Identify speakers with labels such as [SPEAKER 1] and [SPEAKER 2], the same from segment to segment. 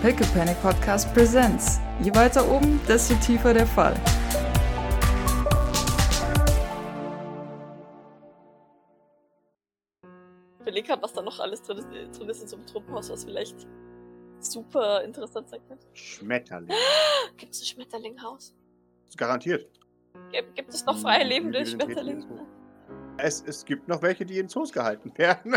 [SPEAKER 1] Pickle Panic Podcast Presents. Je weiter oben, desto tiefer der Fall.
[SPEAKER 2] Ich überlege gerade, was da noch alles drin ist, äh, drin ist in so einem Truppenhaus, was vielleicht super interessant sein könnte.
[SPEAKER 3] Schmetterling.
[SPEAKER 2] Gibt es ein Schmetterlinghaus?
[SPEAKER 3] Ist garantiert.
[SPEAKER 2] Gibt, gibt
[SPEAKER 3] Hm,
[SPEAKER 2] es noch frei lebende
[SPEAKER 3] Die Bibliothek
[SPEAKER 2] Schmetterlinge?
[SPEAKER 3] in den Zoos. Es, es gibt noch welche, die in Zoos gehalten werden.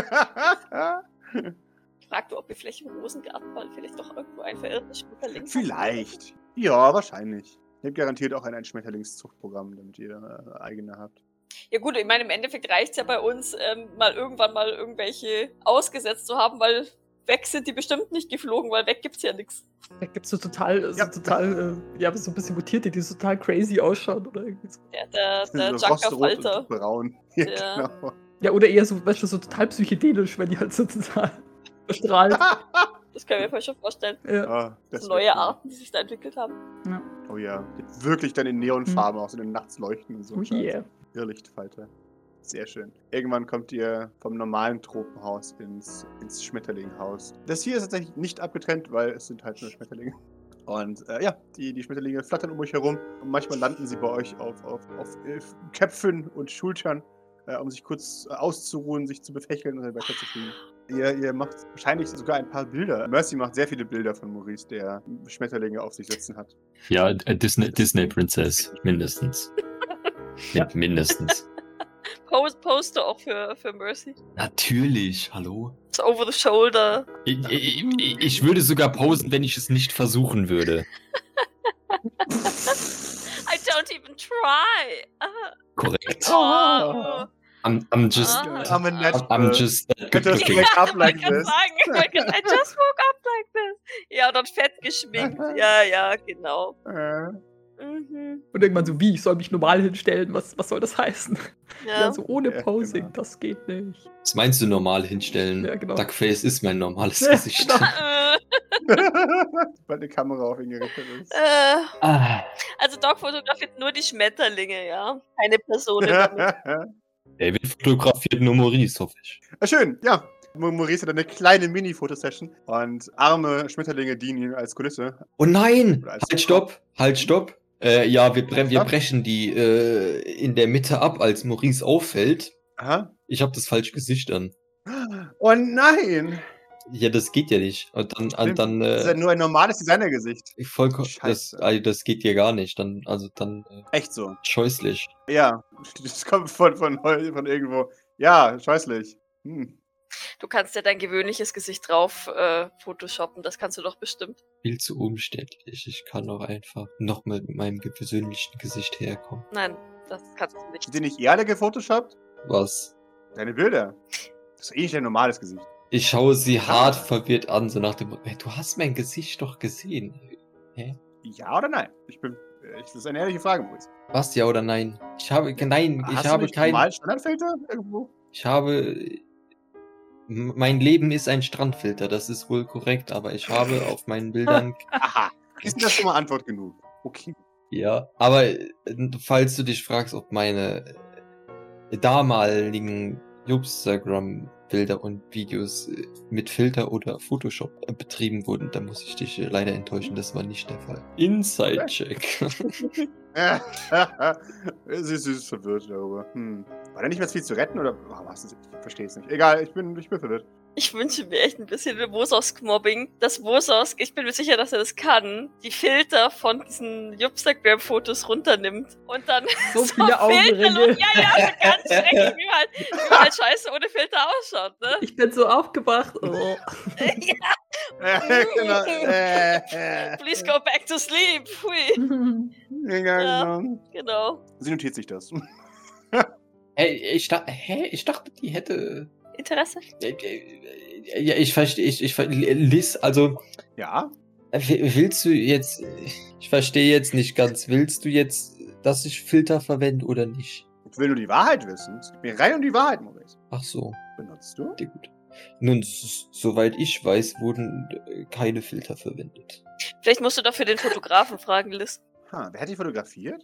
[SPEAKER 2] Ich fragte, ob wir vielleicht im Rosengartenwald vielleicht doch irgendwo einen verirrten Schmetterling
[SPEAKER 3] Vielleicht. Ja, wahrscheinlich. Ihr habt garantiert auch ein, ein Schmetterlingszuchtprogramm, damit ihr äh, eigene habt.
[SPEAKER 2] Ja gut, ich meine, im Endeffekt reicht es ja bei uns, ähm, mal irgendwann mal irgendwelche ausgesetzt zu haben, weil weg sind die bestimmt nicht geflogen, weil weg gibt's ja nichts.
[SPEAKER 4] Da gibt es so total, so
[SPEAKER 3] Ja.
[SPEAKER 4] total, äh, ja, so ein bisschen mutierte, die so total crazy ausschauen oder irgendwie so.
[SPEAKER 2] Der, der,
[SPEAKER 3] Sind
[SPEAKER 2] der
[SPEAKER 3] so
[SPEAKER 2] Junker
[SPEAKER 3] rostrot und
[SPEAKER 2] Falter.
[SPEAKER 3] braun. Ja,
[SPEAKER 2] Ja.
[SPEAKER 3] genau.
[SPEAKER 4] Ja, oder eher so, weißt du, so total psychedelisch, wenn die halt so total strahlt.
[SPEAKER 2] Das können wir mir schon vorstellen.
[SPEAKER 4] ja.
[SPEAKER 3] Ah, das wär
[SPEAKER 2] Neue
[SPEAKER 3] cool.
[SPEAKER 2] Arten, die sich da entwickelt haben.
[SPEAKER 3] Oh ja. Die Wirklich dann in Neonfarben, auch so in den Nachtsleuchten und so.
[SPEAKER 4] Hm. Oh
[SPEAKER 3] Scheiß.
[SPEAKER 4] yeah.
[SPEAKER 3] Irrlichtfalter. Sehr schön. Irgendwann kommt ihr vom normalen Tropenhaus ins, ins Schmetterlinghaus. Das hier ist tatsächlich nicht abgetrennt, weil es sind halt nur Schmetterlinge. Und äh, ja, die, die Schmetterlinge flattern um euch herum und manchmal landen sie bei euch auf, auf, auf äh, Köpfen und Schultern, äh, um sich kurz äh, auszuruhen, sich zu befächeln und dann weiterzufliegen. Ihr, ihr macht wahrscheinlich sogar ein paar Bilder. Mercy macht sehr viele Bilder von Maurice, der Schmetterlinge auf sich sitzen hat.
[SPEAKER 5] Ja, äh, Disney, Disney Princess, mindestens. ja, mindestens.
[SPEAKER 2] Post, poste auch für, für Mercy.
[SPEAKER 5] Natürlich, hallo.
[SPEAKER 2] So over the shoulder.
[SPEAKER 5] Ich, ich, ich- ich würde sogar posen, wenn ich es nicht versuchen würde.
[SPEAKER 2] I don't even try. Ah,
[SPEAKER 5] Korrekt.
[SPEAKER 2] Oh.
[SPEAKER 5] I'm, I'm just,
[SPEAKER 2] Ah.
[SPEAKER 3] I'm a natural.
[SPEAKER 5] I'm just that good
[SPEAKER 3] It doesn't
[SPEAKER 5] looking.
[SPEAKER 3] wake up like
[SPEAKER 2] Ich kann
[SPEAKER 3] this.
[SPEAKER 2] sagen, because I just woke up like this. Ja, und dann fett geschminkt. Ja, ja, genau.
[SPEAKER 3] Äh,
[SPEAKER 2] Mhm.
[SPEAKER 4] Und irgendwann so, wie, ich soll mich normal hinstellen, was, was soll das heißen? Ja,
[SPEAKER 2] Ja.
[SPEAKER 4] so ohne
[SPEAKER 3] Ja,
[SPEAKER 4] Posing,
[SPEAKER 3] genau.
[SPEAKER 4] das geht nicht.
[SPEAKER 5] Was meinst du normal hinstellen?
[SPEAKER 4] Ja, genau.
[SPEAKER 5] Duckface ist mein normales
[SPEAKER 4] Ja,
[SPEAKER 5] Gesicht.
[SPEAKER 2] Äh,
[SPEAKER 3] Weil eine Kamera auf ihn gerichtet ist.
[SPEAKER 2] äh,
[SPEAKER 5] Ah,
[SPEAKER 2] also Doc fotografiert nur die Schmetterlinge, ja. Keine Person. damit.
[SPEAKER 5] David fotografiert nur Maurice, hoffe ich.
[SPEAKER 3] Ah, Schön, ja. Mo- Maurice hat eine kleine Mini-Fotosession und arme Schmetterlinge dienen ihm als Kulisse.
[SPEAKER 5] Oh nein!
[SPEAKER 3] Oder als-
[SPEAKER 5] Halt, stopp! Halt, stopp! Äh, ja, wir, bre wir
[SPEAKER 3] Stopp.
[SPEAKER 5] brechen die äh, in der Mitte ab, als Maurice auffällt.
[SPEAKER 3] Aha.
[SPEAKER 5] Ich habe das falsche Gesicht an.
[SPEAKER 3] Oh
[SPEAKER 5] Äh.
[SPEAKER 3] nein!
[SPEAKER 5] Ja, das geht ja nicht. Und dann, an,
[SPEAKER 3] Stimmt.
[SPEAKER 5] dann
[SPEAKER 3] Das ist ja
[SPEAKER 5] äh,
[SPEAKER 3] nur ein normales Designergesicht.
[SPEAKER 5] vollkommen. Das,
[SPEAKER 3] Scheiße.
[SPEAKER 5] also, das geht ja gar nicht. Dann, also dann äh,
[SPEAKER 3] Echt so.
[SPEAKER 5] scheußlich.
[SPEAKER 3] Ja, das kommt von, von, heu- von irgendwo. Ja, scheußlich. Hm.
[SPEAKER 2] Du kannst ja dein gewöhnliches Gesicht drauf äh, photoshoppen, das kannst du doch bestimmt.
[SPEAKER 5] Viel zu umständlich. Ich kann auch einfach nochmal mit meinem ge- persönlichen Gesicht herkommen.
[SPEAKER 2] Nein, das kannst du nicht.
[SPEAKER 3] Sind die nicht ihr alle gefotoshoppt?
[SPEAKER 5] Was?
[SPEAKER 3] Deine Bilder. Das ist eh nicht ein normales Gesicht.
[SPEAKER 5] Ich schaue sie hart verwirrt an, so nach dem. Hey, du hast mein Gesicht doch gesehen.
[SPEAKER 3] Ja oder nein? Ich bin. äh, Das ist eine ehrliche Frage, Maurice.
[SPEAKER 5] Was ja oder nein? Ich habe. Nein,
[SPEAKER 3] Hast
[SPEAKER 5] ich
[SPEAKER 3] du
[SPEAKER 5] habe
[SPEAKER 3] nicht
[SPEAKER 5] kein.
[SPEAKER 3] normalen Standardfilter irgendwo?
[SPEAKER 5] Ich habe. M- Mein Leben ist ein Strandfilter, das ist wohl korrekt, aber ich habe auf meinen Bildern.
[SPEAKER 3] Aha. Ist das schon mal Antwort genug? Okay.
[SPEAKER 5] Ja. Aber äh, falls du dich fragst, ob meine äh, damaligen Instagram-Bilder und Videos äh, mit Filter oder Photoshop äh, betrieben wurden, dann muss ich dich äh, leider enttäuschen, das war nicht der Fall. Inside-Check.
[SPEAKER 3] sie, ist, sie ist verwirrt darüber. Hm. War da nicht mehr viel zu retten oder oh, was? ist- Ich verstehe es nicht. Egal, ich bin, ich bin verwirrt.
[SPEAKER 2] Ich wünsche mir echt ein bisschen Wosos-Mobbing. Das Wosos, ich bin mir sicher, dass er das kann, die Filter von diesen Instagram-Fotos runternimmt und dann
[SPEAKER 4] So viele
[SPEAKER 2] filterlos-
[SPEAKER 4] Augenringe.
[SPEAKER 2] Ja, ja, so ganz schrecklich, wie man halt, wie man halt scheiße ohne Filter ausschaut, ne?
[SPEAKER 4] Ich bin so aufgewacht. Oh.
[SPEAKER 3] genau. Äh, äh,
[SPEAKER 2] Please go back to sleep. Hui,
[SPEAKER 3] ja, genau.
[SPEAKER 2] genau.
[SPEAKER 3] Sie notiert sich das.
[SPEAKER 5] Hey, ich, da, hä? ich dachte, die hätte.
[SPEAKER 2] Interesse?
[SPEAKER 5] Äh, äh, Ja, ich verstehe, ich, ich, ver- Liz, also,
[SPEAKER 3] Ja?
[SPEAKER 5] äh, wi- willst du jetzt, ich verstehe jetzt nicht ganz, willst du jetzt, dass ich Filter verwende oder nicht?
[SPEAKER 3] Ich will nur die Wahrheit wissen. Es geht mir rein um die Wahrheit, Maurice.
[SPEAKER 5] Ach so,
[SPEAKER 3] Benutzt du?
[SPEAKER 5] ja, gut. Nun, s- soweit ich weiß, wurden äh, keine Filter verwendet.
[SPEAKER 2] Vielleicht musst du dafür den Fotografen fragen, Liz.
[SPEAKER 3] Ha, wer hat die fotografiert?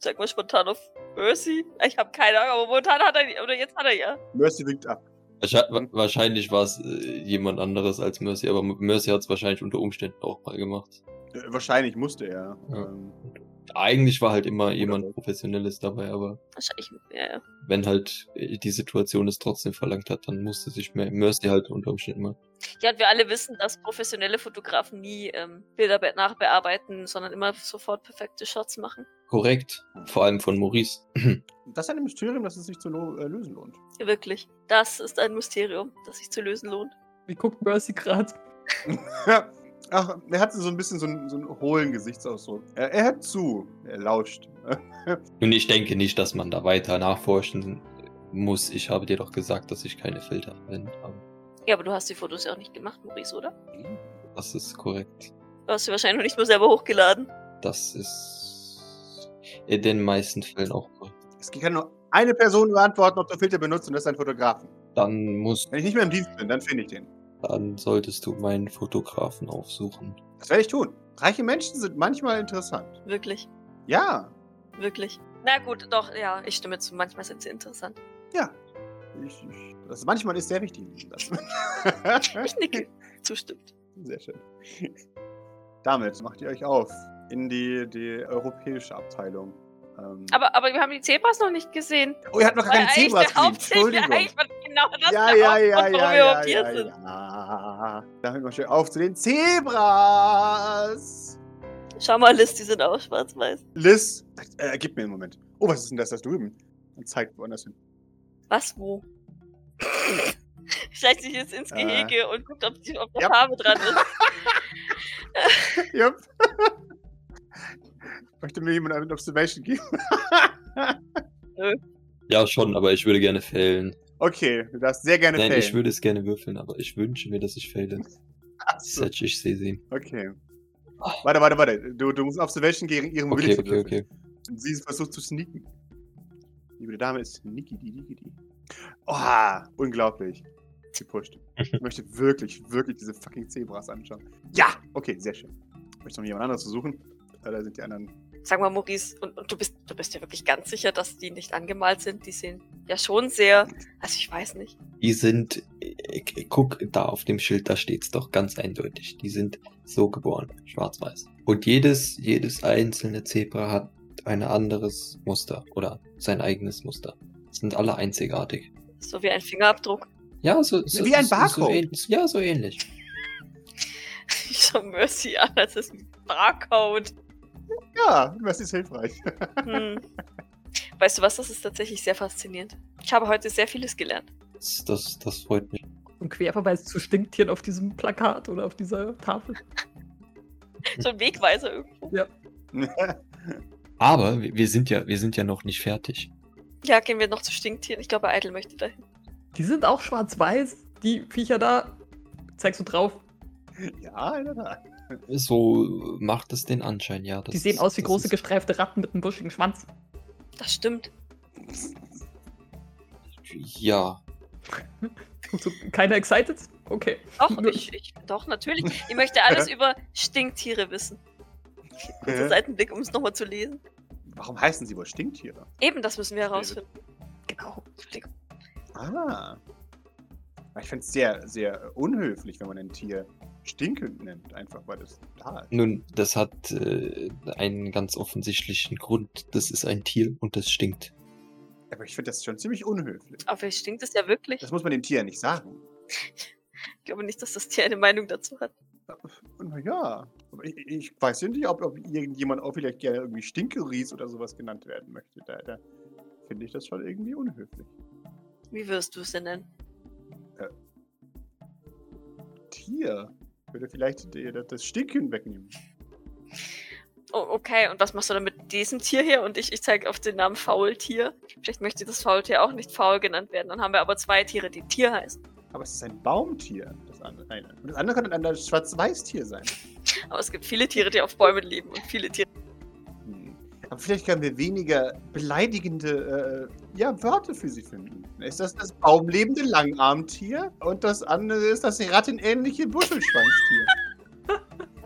[SPEAKER 2] Sag mal spontan auf Mercy. Ich habe keine Ahnung, aber momentan hat er, oder jetzt hat er ja.
[SPEAKER 3] Mercy winkt ab.
[SPEAKER 5] Wahrscheinlich,
[SPEAKER 3] Mhm.
[SPEAKER 5] wa- wahrscheinlich war es äh, jemand anderes als Mercy, aber Mercy hat es wahrscheinlich unter Umständen auch mal gemacht.
[SPEAKER 3] Äh, Wahrscheinlich musste er.
[SPEAKER 5] Ja.
[SPEAKER 3] Ähm,
[SPEAKER 5] Eigentlich war halt immer jemand Professionelles dabei, aber
[SPEAKER 2] Wahrscheinlich, ja, ja.
[SPEAKER 5] wenn halt äh, die Situation es trotzdem verlangt hat, dann musste sich Mer- Mercy halt unter Umständen mal.
[SPEAKER 2] ja, und wir alle wissen, dass professionelle Fotografen nie ähm, Bilder be- nachbearbeiten, sondern immer sofort perfekte Shots machen.
[SPEAKER 5] Korrekt. Vor allem von Maurice.
[SPEAKER 3] das ist ein Mysterium, das es sich zu lo äh, lösen lohnt.
[SPEAKER 2] Wirklich. Das ist ein Mysterium, das sich zu lösen lohnt.
[SPEAKER 4] Wie guckt Mercy gerade?
[SPEAKER 3] Ach, er hatte so ein bisschen so einen, so einen hohlen Gesichtsausdruck. Er, er hört zu, er lauscht.
[SPEAKER 5] Nun, ich denke nicht, dass man da weiter nachforschen muss. Ich habe dir doch gesagt, dass ich keine Filter verwende. aber
[SPEAKER 2] Ja, aber du hast die Fotos ja auch nicht gemacht, Maurice, oder?
[SPEAKER 5] Das ist korrekt.
[SPEAKER 2] Du hast sie wahrscheinlich noch nicht mal selber hochgeladen.
[SPEAKER 5] Das ist in den meisten Fällen auch korrekt.
[SPEAKER 3] Es kann nur eine Person beantworten, ob der Filter benutzt und das ist ein Fotografen.
[SPEAKER 5] Dann musst,
[SPEAKER 3] Wenn ich nicht mehr im Dienst bin, dann finde ich den.
[SPEAKER 5] dann solltest du meinen Fotografen aufsuchen.
[SPEAKER 3] Das werde ich tun. Reiche Menschen sind manchmal interessant.
[SPEAKER 2] Wirklich.
[SPEAKER 3] Ja,
[SPEAKER 2] Wirklich. Na gut, doch, ja, ich stimme zu. Manchmal sind sie interessant.
[SPEAKER 3] ja. Ich, ich, das manchmal ist sehr wichtig. Das.
[SPEAKER 2] Ich nicke. Zustimmt.
[SPEAKER 3] Sehr schön. Damit macht ihr euch auf in die, die europäische Abteilung. Ähm,
[SPEAKER 2] Aber, aber wir haben die Zebras noch nicht gesehen.
[SPEAKER 3] oh, ihr habt noch gar
[SPEAKER 2] Weil
[SPEAKER 3] keine
[SPEAKER 2] eigentlich
[SPEAKER 3] Zebras
[SPEAKER 2] der
[SPEAKER 3] gesehen.
[SPEAKER 2] Hauptsinn-
[SPEAKER 3] Entschuldigung.
[SPEAKER 2] Eigentlich war genau das
[SPEAKER 3] Ja,
[SPEAKER 2] der
[SPEAKER 3] ja,
[SPEAKER 2] Hauptgrund,
[SPEAKER 3] ja,
[SPEAKER 2] warum
[SPEAKER 3] ja,
[SPEAKER 2] wir
[SPEAKER 3] ja,
[SPEAKER 2] überhaupt hier
[SPEAKER 3] ja,
[SPEAKER 2] sind.
[SPEAKER 3] ja. Damit mal schön auf zu den Zebras.
[SPEAKER 2] Schau mal, Liz, die sind auch schwarz-weiß.
[SPEAKER 3] Liz, äh, gib mir einen Moment. Oh, was ist denn das da drüben? Und zeigt woanders hin.
[SPEAKER 2] Was, wo? Vielleicht sich jetzt ins
[SPEAKER 3] Äh.
[SPEAKER 2] Gehege und guckt, ob, die, ob der
[SPEAKER 3] Ja.
[SPEAKER 2] Farbe dran ist.
[SPEAKER 3] Jupp. Möchte mir jemand eine Observation geben?
[SPEAKER 5] Ja, schon, aber ich würde gerne fällen.
[SPEAKER 3] Okay, du darfst sehr gerne
[SPEAKER 5] Nein,
[SPEAKER 3] fällen.
[SPEAKER 5] ich würde es gerne würfeln, aber ich wünsche mir, dass ich fälle.
[SPEAKER 3] Ach so,
[SPEAKER 5] Setz ich sehe sehen.
[SPEAKER 3] Okay. Warte, warte, warte. Du, du musst Observation gegen ihren
[SPEAKER 5] Okay,
[SPEAKER 3] Mobility
[SPEAKER 5] okay, okay.
[SPEAKER 3] Und sie versucht zu sneaken. Liebe Dame ist sneaky, die, die, die. Oha, unglaublich. Sie pusht. Ich möchte wirklich, wirklich diese fucking Zebras anschauen. Ja, okay, sehr schön. Möchtest du noch jemand anderes versuchen? Äh, Da sind die anderen.
[SPEAKER 2] Sag mal, Maurice, und, und du, bist, du bist ja wirklich ganz sicher, dass die nicht angemalt sind. Die sehen ja schon sehr. Also, ich weiß nicht.
[SPEAKER 5] Die sind, äh, äh, guck, da auf dem Schild, da steht's doch ganz eindeutig. Die sind so geboren, schwarz-weiß. Und jedes, jedes einzelne Zebra hat ein anderes Muster oder sein eigenes Muster. Sind alle einzigartig.
[SPEAKER 2] So wie ein Fingerabdruck.
[SPEAKER 5] Ja, so, so
[SPEAKER 3] Wie ein
[SPEAKER 5] so- So,
[SPEAKER 3] Barcode.
[SPEAKER 5] ähnlich- ja, so ähnlich.
[SPEAKER 2] Ich schau Mercy an, das ist ein Barcode.
[SPEAKER 3] Ja, das ist hilfreich.
[SPEAKER 2] Hm. Weißt du was, das ist tatsächlich sehr faszinierend. Ich habe heute sehr vieles gelernt.
[SPEAKER 5] Das, das, das freut mich.
[SPEAKER 4] Ein Querverweis zu Stinktieren auf diesem Plakat oder auf dieser Tafel.
[SPEAKER 2] So ein Wegweiser irgendwo.
[SPEAKER 5] Aber wir wir sind ja, wir sind ja noch nicht fertig.
[SPEAKER 2] Ja, gehen wir noch zu Stinktieren. Ich glaube, Eitel möchte dahin.
[SPEAKER 4] Die sind auch schwarz-weiß, die Viecher da. Zeigst du drauf.
[SPEAKER 3] ja, in der Tat.
[SPEAKER 5] So macht es den Anschein, ja. Das,
[SPEAKER 4] die sehen aus wie
[SPEAKER 5] das
[SPEAKER 4] große
[SPEAKER 5] ist-
[SPEAKER 4] gestreifte Ratten mit einem buschigen Schwanz.
[SPEAKER 2] Das stimmt.
[SPEAKER 5] Ja.
[SPEAKER 4] So, keiner excited? Okay.
[SPEAKER 2] Doch, ich, ich, doch, natürlich. Ich möchte alles über Stinktiere wissen. Unser Seitenblick, um es nochmal zu lesen.
[SPEAKER 3] Warum heißen sie wohl Stinktiere?
[SPEAKER 2] Eben, das müssen wir herausfinden.
[SPEAKER 4] Genau.
[SPEAKER 2] Entschuldigung.
[SPEAKER 3] Ah. Ich finde es sehr, sehr unhöflich, wenn man ein Tier stinkend nennt, einfach weil es da ist.
[SPEAKER 5] Nun, das hat äh, einen ganz offensichtlichen Grund. Das ist ein Tier und das stinkt.
[SPEAKER 3] Aber ich finde das schon ziemlich unhöflich.
[SPEAKER 2] Aber vielleicht stinkt es ja wirklich.
[SPEAKER 3] Das muss man dem Tier ja nicht sagen.
[SPEAKER 2] Ich glaube nicht, dass das Tier eine Meinung dazu hat.
[SPEAKER 3] Naja, ich, ich weiß ja nicht, ob, ob irgendjemand auch vielleicht gerne irgendwie Stinkeries oder sowas genannt werden möchte. Da, da finde ich das schon irgendwie unhöflich.
[SPEAKER 2] Wie würdest du es denn nennen?
[SPEAKER 3] Tier würde vielleicht die, das- das Stinken wegnehmen.
[SPEAKER 2] Oh, okay, und was machst du dann mit diesem Tier hier? Und ich, ich zeige auf den Namen Faultier. Vielleicht möchte das Faultier auch nicht faul genannt werden. Dann haben wir aber zwei Tiere, die Tier heißen.
[SPEAKER 3] Aber es ist ein Baumtier, das andere. Eine. Und das andere kann ein anderes Schwarz-Weiß-Tier sein.
[SPEAKER 2] Aber es gibt viele Tiere, die auf Bäumen leben und viele Tiere.
[SPEAKER 3] Hm. Aber vielleicht können wir weniger beleidigende äh, ja, Wörter für sie finden. Ist das das baumlebende Langarmtier und das andere ist das rattenähnliche Buschelschwanztier.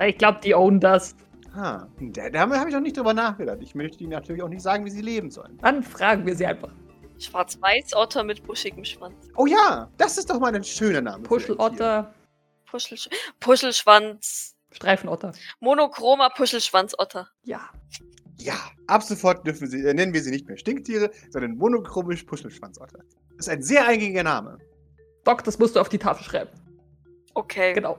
[SPEAKER 4] Äh, Ich glaube, die own das.
[SPEAKER 3] Ha, da, da habe ich noch nicht drüber nachgedacht. Ich möchte Ihnen natürlich auch nicht sagen, wie Sie leben sollen.
[SPEAKER 4] Dann fragen wir sie einfach.
[SPEAKER 2] Schwarz-Weiß-Otter mit buschigem Schwanz.
[SPEAKER 3] Oh ja, das ist doch mal ein schöner Name. für ein Tier.
[SPEAKER 4] Puschelotter,
[SPEAKER 2] Puschelsch Puschelschwanz.
[SPEAKER 4] Streifenotter.
[SPEAKER 2] Monochromer Puschelschwanzotter.
[SPEAKER 4] Ja.
[SPEAKER 3] Ja, ab sofort dürfen sie, äh, nennen wir sie nicht mehr Stinktiere, sondern monochromisch Puschelschwanzotter. Das ist ein sehr eingängiger Name.
[SPEAKER 4] Doc, das musst du auf die Tafel schreiben.
[SPEAKER 2] Okay.
[SPEAKER 4] Genau.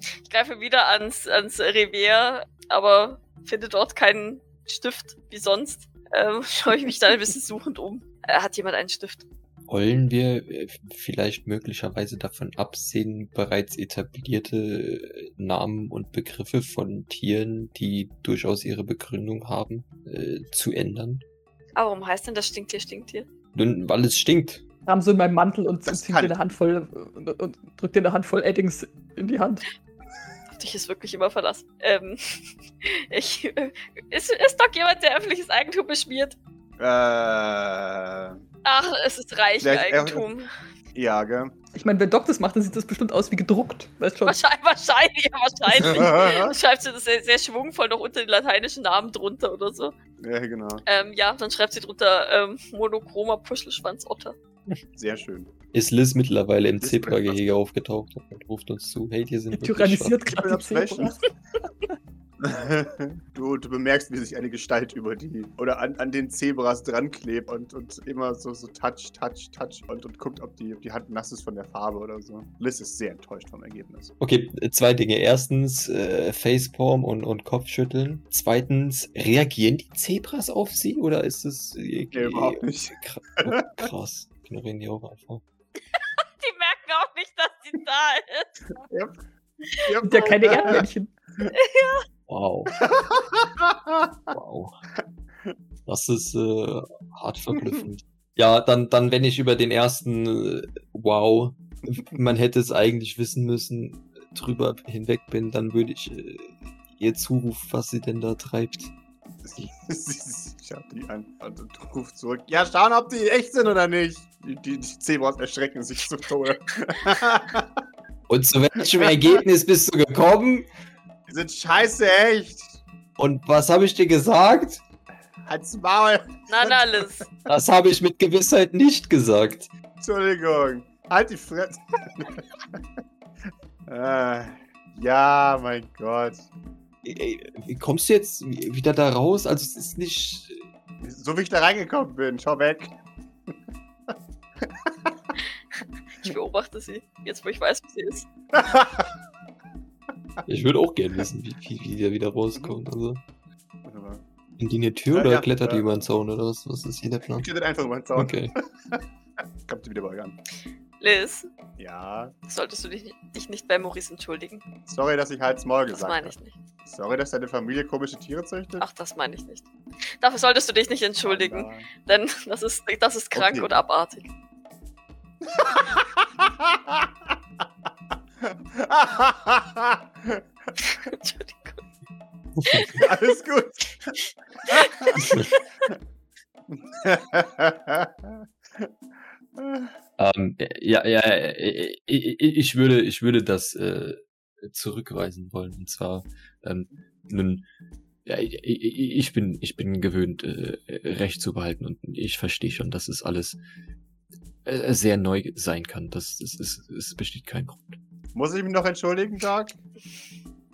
[SPEAKER 2] Ich greife wieder ans, ans Revier, aber finde dort keinen Stift wie sonst. Ähm, schaue ich mich dann ein bisschen suchend um. Äh, hat jemand einen Stift?
[SPEAKER 5] Wollen wir äh, vielleicht möglicherweise davon absehen, bereits etablierte äh, Namen und Begriffe von Tieren, die durchaus ihre Begründung haben, äh, zu ändern?
[SPEAKER 2] Aber Ah, warum heißt denn das Stinktier Stinktier?
[SPEAKER 5] Nun, weil es stinkt.
[SPEAKER 4] Rahm so in meinem Mantel und
[SPEAKER 3] Das
[SPEAKER 4] zieht dir
[SPEAKER 3] kann-
[SPEAKER 4] eine Handvoll und, und drückt dir eine Handvoll Eddings in die Hand.
[SPEAKER 2] Auf dich ist wirklich immer Verlass. Ähm, ich, äh, ist, ist doch jemand, der öffentliches Eigentum beschmiert?
[SPEAKER 3] Äh, ja,
[SPEAKER 2] Ach, es ist
[SPEAKER 3] Vielleicht-
[SPEAKER 2] Reicheneigentum.
[SPEAKER 3] gell?
[SPEAKER 4] Ich meine, wenn Doc das macht, dann sieht das bestimmt aus wie gedruckt. Weißt schon.
[SPEAKER 2] Wahrscheinlich, wahrscheinlich, ja, wahrscheinlich. Dann Schreibst du das sehr, sehr schwungvoll noch unter den lateinischen Namen drunter oder so?
[SPEAKER 3] ja, genau.
[SPEAKER 2] Ähm, ja, dann schreibt sie drunter ähm, monochromer Puschelschwanzotter.
[SPEAKER 3] Sehr schön.
[SPEAKER 5] Ist Liz mittlerweile im
[SPEAKER 3] Liz
[SPEAKER 5] Zebragehege aufgetaucht und ruft uns zu, hey, die sind wirklich schwach.
[SPEAKER 4] Tyrannisiert gerade die
[SPEAKER 3] Ich will
[SPEAKER 4] Zebra.
[SPEAKER 3] du, du bemerkst, wie sich eine Gestalt über die oder an, an den Zebras dran klebt und, und immer so, so touch, touch, touch und, und guckt, ob die, ob die Hand nass ist von der Farbe oder so. Liz ist sehr enttäuscht vom Ergebnis.
[SPEAKER 5] Okay, zwei Dinge. Erstens, äh, Facepalm und, und Kopfschütteln. Zweitens, reagieren die Zebras auf sie oder ist es äh,
[SPEAKER 3] Nee, überhaupt nicht.
[SPEAKER 5] Kr- oh, krass. Ignorieren die auch einfach.
[SPEAKER 2] Die merken auch nicht, dass sie da ist.
[SPEAKER 3] Ja,
[SPEAKER 4] Sind ja keine Erdmännchen.
[SPEAKER 5] Wow. Wow. Das ist äh, hart verblüffend. Ja, dann, dann wenn ich über den ersten äh, Wow, man hätte es eigentlich wissen müssen, drüber hinweg bin, dann würde ich äh, ihr zurufen, was sie denn da treibt.
[SPEAKER 3] sie, sie schaut die an und, und ruft zurück. Ja, schauen, ob die echt sind oder nicht. Die, die, die Zebras erschrecken sich zu Tode.
[SPEAKER 5] Und zu welchem Ergebnis bist du gekommen?
[SPEAKER 3] die sind scheiße echt.
[SPEAKER 5] Und was habe ich dir gesagt?
[SPEAKER 3] Halt's Maul.
[SPEAKER 2] Na, na, Liz.
[SPEAKER 5] Das habe ich mit Gewissheit nicht gesagt.
[SPEAKER 3] Entschuldigung. Halt die Fresse. äh, ja, mein Gott.
[SPEAKER 5] Ey, ey, Kommst du jetzt wieder da raus? Also es ist nicht...
[SPEAKER 3] So wie ich da reingekommen bin, schau weg.
[SPEAKER 2] Ich beobachte sie. Jetzt, wo ich weiß, wo sie ist.
[SPEAKER 5] Ich würde auch gerne wissen, wie, wie, wie der wieder rauskommt. Also,
[SPEAKER 3] Wunderbar.
[SPEAKER 5] in die eine Tür
[SPEAKER 3] Ja,
[SPEAKER 5] oder
[SPEAKER 3] ja, Genau.
[SPEAKER 5] klettert die
[SPEAKER 3] ja.
[SPEAKER 5] über den Zaun oder was? Was ist hier der Plan?
[SPEAKER 3] Ich hätte einfach über den Zaun.
[SPEAKER 5] Okay.
[SPEAKER 3] Kommt sie wieder bei euch an.
[SPEAKER 2] Liz,
[SPEAKER 3] Ja.
[SPEAKER 2] solltest du dich, dich nicht bei Maurice entschuldigen?
[SPEAKER 3] Sorry, dass ich halt's Maul
[SPEAKER 2] Das
[SPEAKER 3] gesagt
[SPEAKER 2] meine
[SPEAKER 3] habe.
[SPEAKER 2] ich nicht.
[SPEAKER 3] Sorry, dass deine Familie komische Tiere züchtet.
[SPEAKER 2] Ach, das meine ich nicht. Dafür solltest du dich nicht entschuldigen,
[SPEAKER 3] Nein.
[SPEAKER 2] denn das ist, das ist krank
[SPEAKER 3] Okay.
[SPEAKER 2] und abartig. Entschuldigung.
[SPEAKER 3] Alles gut.
[SPEAKER 5] Ähm, ja, ja, äh, ich, ich würde, ich würde das äh, zurückweisen wollen. Und zwar, ähm, nun, ja, ich, ich ich bin, ich bin gewöhnt, äh, Recht zu behalten und ich verstehe schon, dass es alles äh, sehr neu sein kann. Das, das ist, es besteht kein Grund.
[SPEAKER 3] Muss ich mich noch entschuldigen, Doc?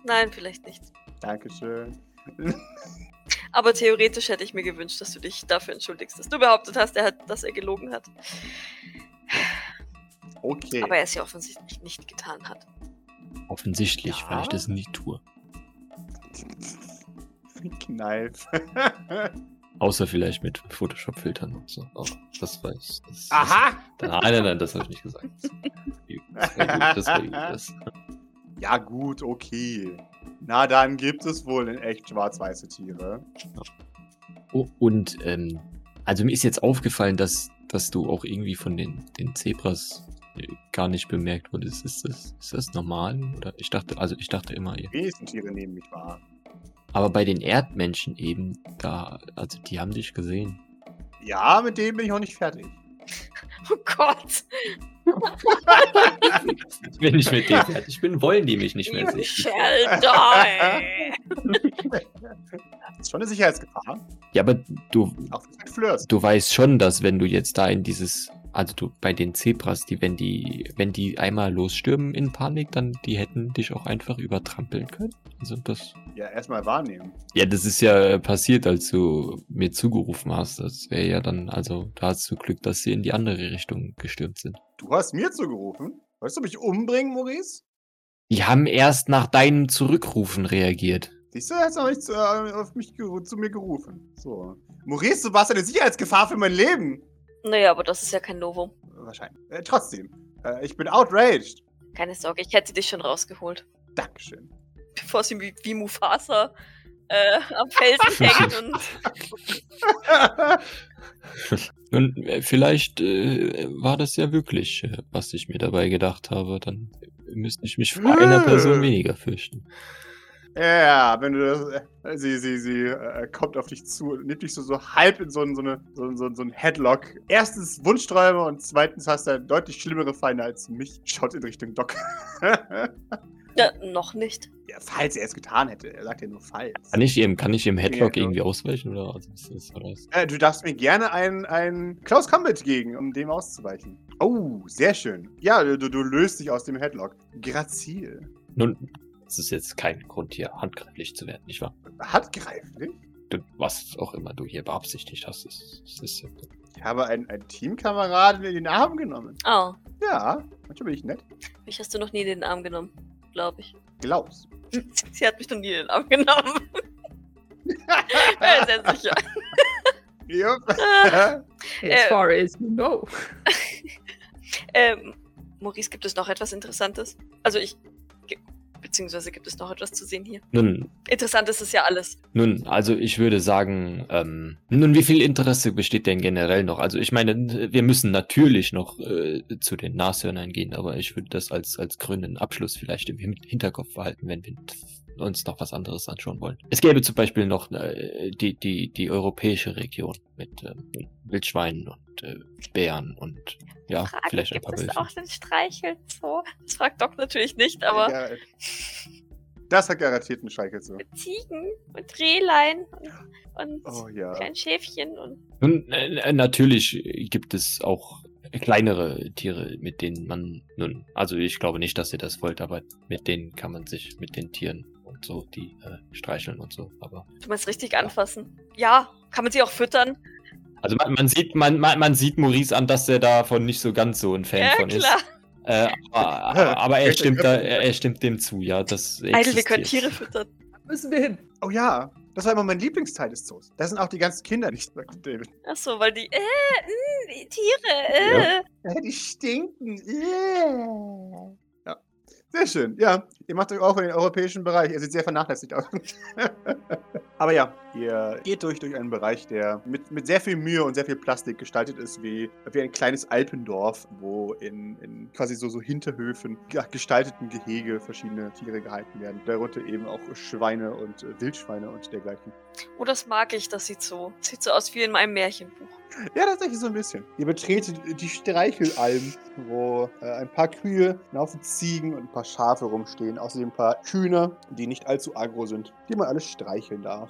[SPEAKER 2] Nein, vielleicht nicht.
[SPEAKER 3] Dankeschön.
[SPEAKER 2] Aber theoretisch hätte ich mir gewünscht, dass du dich dafür entschuldigst, dass du behauptet hast, er hat, dass er gelogen hat.
[SPEAKER 3] Okay.
[SPEAKER 2] Aber er es ja offensichtlich nicht getan hat.
[SPEAKER 5] Offensichtlich,
[SPEAKER 3] Ja.
[SPEAKER 5] weil ich das nie tue.
[SPEAKER 3] Kneif.
[SPEAKER 5] Außer vielleicht mit Photoshop-Filtern und so. Oh, das war ich. Das,
[SPEAKER 3] Aha!
[SPEAKER 5] Das, nein, nein, nein, das habe ich nicht gesagt. Das war gut, das war gut, das
[SPEAKER 3] Ja, gut, okay. Na, dann gibt es wohl in echt schwarz-weiße Tiere.
[SPEAKER 5] Oh, und ähm, also mir ist jetzt aufgefallen, dass, dass du auch irgendwie von den, den Zebras äh, gar nicht bemerkt wurdest. Ist das, ist das normal? Oder ich dachte, also ich dachte immer, ja.
[SPEAKER 3] Riesentiere nehmen mich wahr.
[SPEAKER 5] aber bei den Erdmenschen eben, da, also die haben dich gesehen.
[SPEAKER 3] Ja, mit dem bin ich auch nicht fertig.
[SPEAKER 2] Oh Gott!
[SPEAKER 5] Wenn ich mit denen fertig bin, wollen die mich nicht mehr
[SPEAKER 2] You
[SPEAKER 5] sehen.
[SPEAKER 2] shall die!
[SPEAKER 3] Das ist schon eine Sicherheitsgefahr.
[SPEAKER 5] Ja, aber du,
[SPEAKER 3] Auch nicht mit Flirts.
[SPEAKER 5] du weißt schon, dass wenn du jetzt da in dieses, also du bei den Zebras, die, wenn die, wenn die einmal losstürmen in Panik, dann die hätten dich auch einfach übertrampeln können. Also das.
[SPEAKER 3] Ja, erstmal wahrnehmen.
[SPEAKER 5] Ja, das ist ja passiert, als du mir zugerufen hast. Das wäre ja dann, also da hast du Glück, dass sie in die andere Richtung gestürmt sind.
[SPEAKER 3] Du hast mir zugerufen. Wolltest du mich umbringen, Maurice?
[SPEAKER 5] Die haben erst nach deinem Zurückrufen reagiert.
[SPEAKER 3] Siehst du, er hat noch nicht zu, äh, auf mich geru- zu mir gerufen. So. Maurice, du warst eine Sicherheitsgefahr für mein Leben.
[SPEAKER 2] Naja, aber das ist ja kein Novum.
[SPEAKER 3] Wahrscheinlich. Äh, trotzdem. Äh, ich bin outraged.
[SPEAKER 2] Keine Sorge, ich hätte dich schon rausgeholt.
[SPEAKER 3] Dankeschön.
[SPEAKER 2] Bevor sie wie, wie Mufasa äh, am Felsen hängt und
[SPEAKER 5] Nun, äh, vielleicht äh, war das ja wirklich, äh, was ich mir dabei gedacht habe. Dann müsste ich mich vor einer Person weniger fürchten.
[SPEAKER 3] Ja, wenn du das. Äh, sie sie, sie äh, kommt auf dich zu, nimmt dich so, so halb in so einen so eine, so, einen- so, einen- so einen Headlock. Erstens Wunschträume und zweitens hast du eine deutlich schlimmere Feinde als mich. Schaut in Richtung Doc. ja,
[SPEAKER 2] Ja, noch nicht.
[SPEAKER 3] falls er es getan hätte. Er sagt ja nur falls.
[SPEAKER 5] Kann ich ihm, kann ich ihm Headlock
[SPEAKER 3] Ja,
[SPEAKER 5] irgendwie ausweichen oder also, was ist das?
[SPEAKER 3] Äh, du darfst mir gerne einen, einen Close Combat gegen, um dem auszuweichen. Oh, sehr schön. Ja, du, du löst dich aus dem Headlock. Grazil.
[SPEAKER 5] Nun, es ist jetzt kein Grund hier handgreiflich zu werden, nicht wahr?
[SPEAKER 3] Handgreiflich?
[SPEAKER 5] Du, was auch immer du hier beabsichtigt hast, es, es ist ja
[SPEAKER 3] Ich habe einen, einen Teamkameraden in den Arm genommen.
[SPEAKER 2] Ah,
[SPEAKER 3] Ja, manchmal bin ich nett.
[SPEAKER 2] mich hast du noch nie in den Arm genommen, glaube ich.
[SPEAKER 3] Glaubst.
[SPEAKER 2] Sie hat mich noch nie in den Arm genommen. ja, sehr sicher.
[SPEAKER 3] Jupp.
[SPEAKER 4] As
[SPEAKER 2] Äh.
[SPEAKER 4] far as you know.
[SPEAKER 2] Ähm, Maurice, gibt es noch etwas Interessantes? Also ich. ge- Beziehungsweise gibt es noch etwas zu sehen hier?
[SPEAKER 5] Nun,
[SPEAKER 2] Interessant ist es ja alles.
[SPEAKER 5] nun, also ich würde sagen, ähm, nun, wie viel Interesse besteht denn generell noch? Also ich meine, wir müssen natürlich noch äh, zu den Nashörnern gehen, aber ich würde das als, als grünen Abschluss vielleicht im Hin- Hinterkopf behalten, wenn wir uns noch was anderes anschauen wollen. Es gäbe zum Beispiel noch äh, die, die, die europäische Region mit ähm, Wildschweinen und äh, Bären und ja,
[SPEAKER 2] Frage,
[SPEAKER 5] vielleicht ein
[SPEAKER 2] gibt
[SPEAKER 5] paar
[SPEAKER 2] es
[SPEAKER 5] Wölfe.
[SPEAKER 2] auch den Streichel so? Das fragt Doc natürlich nicht, aber
[SPEAKER 3] Ja, das hat garantiert einen Scheikel so.
[SPEAKER 2] mit Ziegen und Rehlein und, und
[SPEAKER 3] Oh ja.
[SPEAKER 2] kleinen Schäfchen und
[SPEAKER 5] Nun, äh, äh, natürlich gibt es auch kleinere Tiere, mit denen man nun, also ich glaube nicht, dass ihr das wollt, aber mit denen kann man sich, mit den Tieren und so, die äh, streicheln und so. Aber
[SPEAKER 2] du meinst richtig anfassen. Ja, kann man sie auch füttern?
[SPEAKER 5] also man, man sieht, man, man, man sieht Maurice an, dass er davon nicht so ganz so ein Fan
[SPEAKER 2] Ja,
[SPEAKER 5] von
[SPEAKER 2] klar.
[SPEAKER 5] ist. Äh, aber, aber, aber er stimmt da, er, er stimmt dem zu, ja. Das
[SPEAKER 2] Eitel, wir können
[SPEAKER 5] existiert.
[SPEAKER 2] Tiere füttern.
[SPEAKER 4] Müssen wir hin.
[SPEAKER 3] Oh ja, das war immer mein Lieblingsteil des Zoos. Da sind auch die ganzen Kinder nicht, sagt David.
[SPEAKER 2] Achso, weil die. Äh, mh, die Tiere, äh.
[SPEAKER 3] Äh, Die stinken. Äh. Ja. Sehr schön. Ja, ihr macht euch auch in den europäischen Bereich. Ihr seht sehr vernachlässigt aus. Aber ja, ihr geht durch, durch einen Bereich, der mit, mit sehr viel Mühe und sehr viel Plastik gestaltet ist, wie, wie ein kleines Alpendorf, wo in, in quasi so, so Hinterhöfen ge- gestalteten Gehege verschiedene Tiere gehalten werden. Darunter eben auch Schweine und äh, Wildschweine und dergleichen.
[SPEAKER 2] Oh, das mag ich, das sieht so. Sieht so aus wie in meinem Märchenbuch. Oh
[SPEAKER 3] Ja, tatsächlich so ein bisschen. Ihr betretet die Streichelalm, wo äh, ein paar Kühe, ein Haufen Ziegen und ein paar Schafe rumstehen. Außerdem ein paar Kühner, die nicht allzu agro sind, die man alles streicheln darf.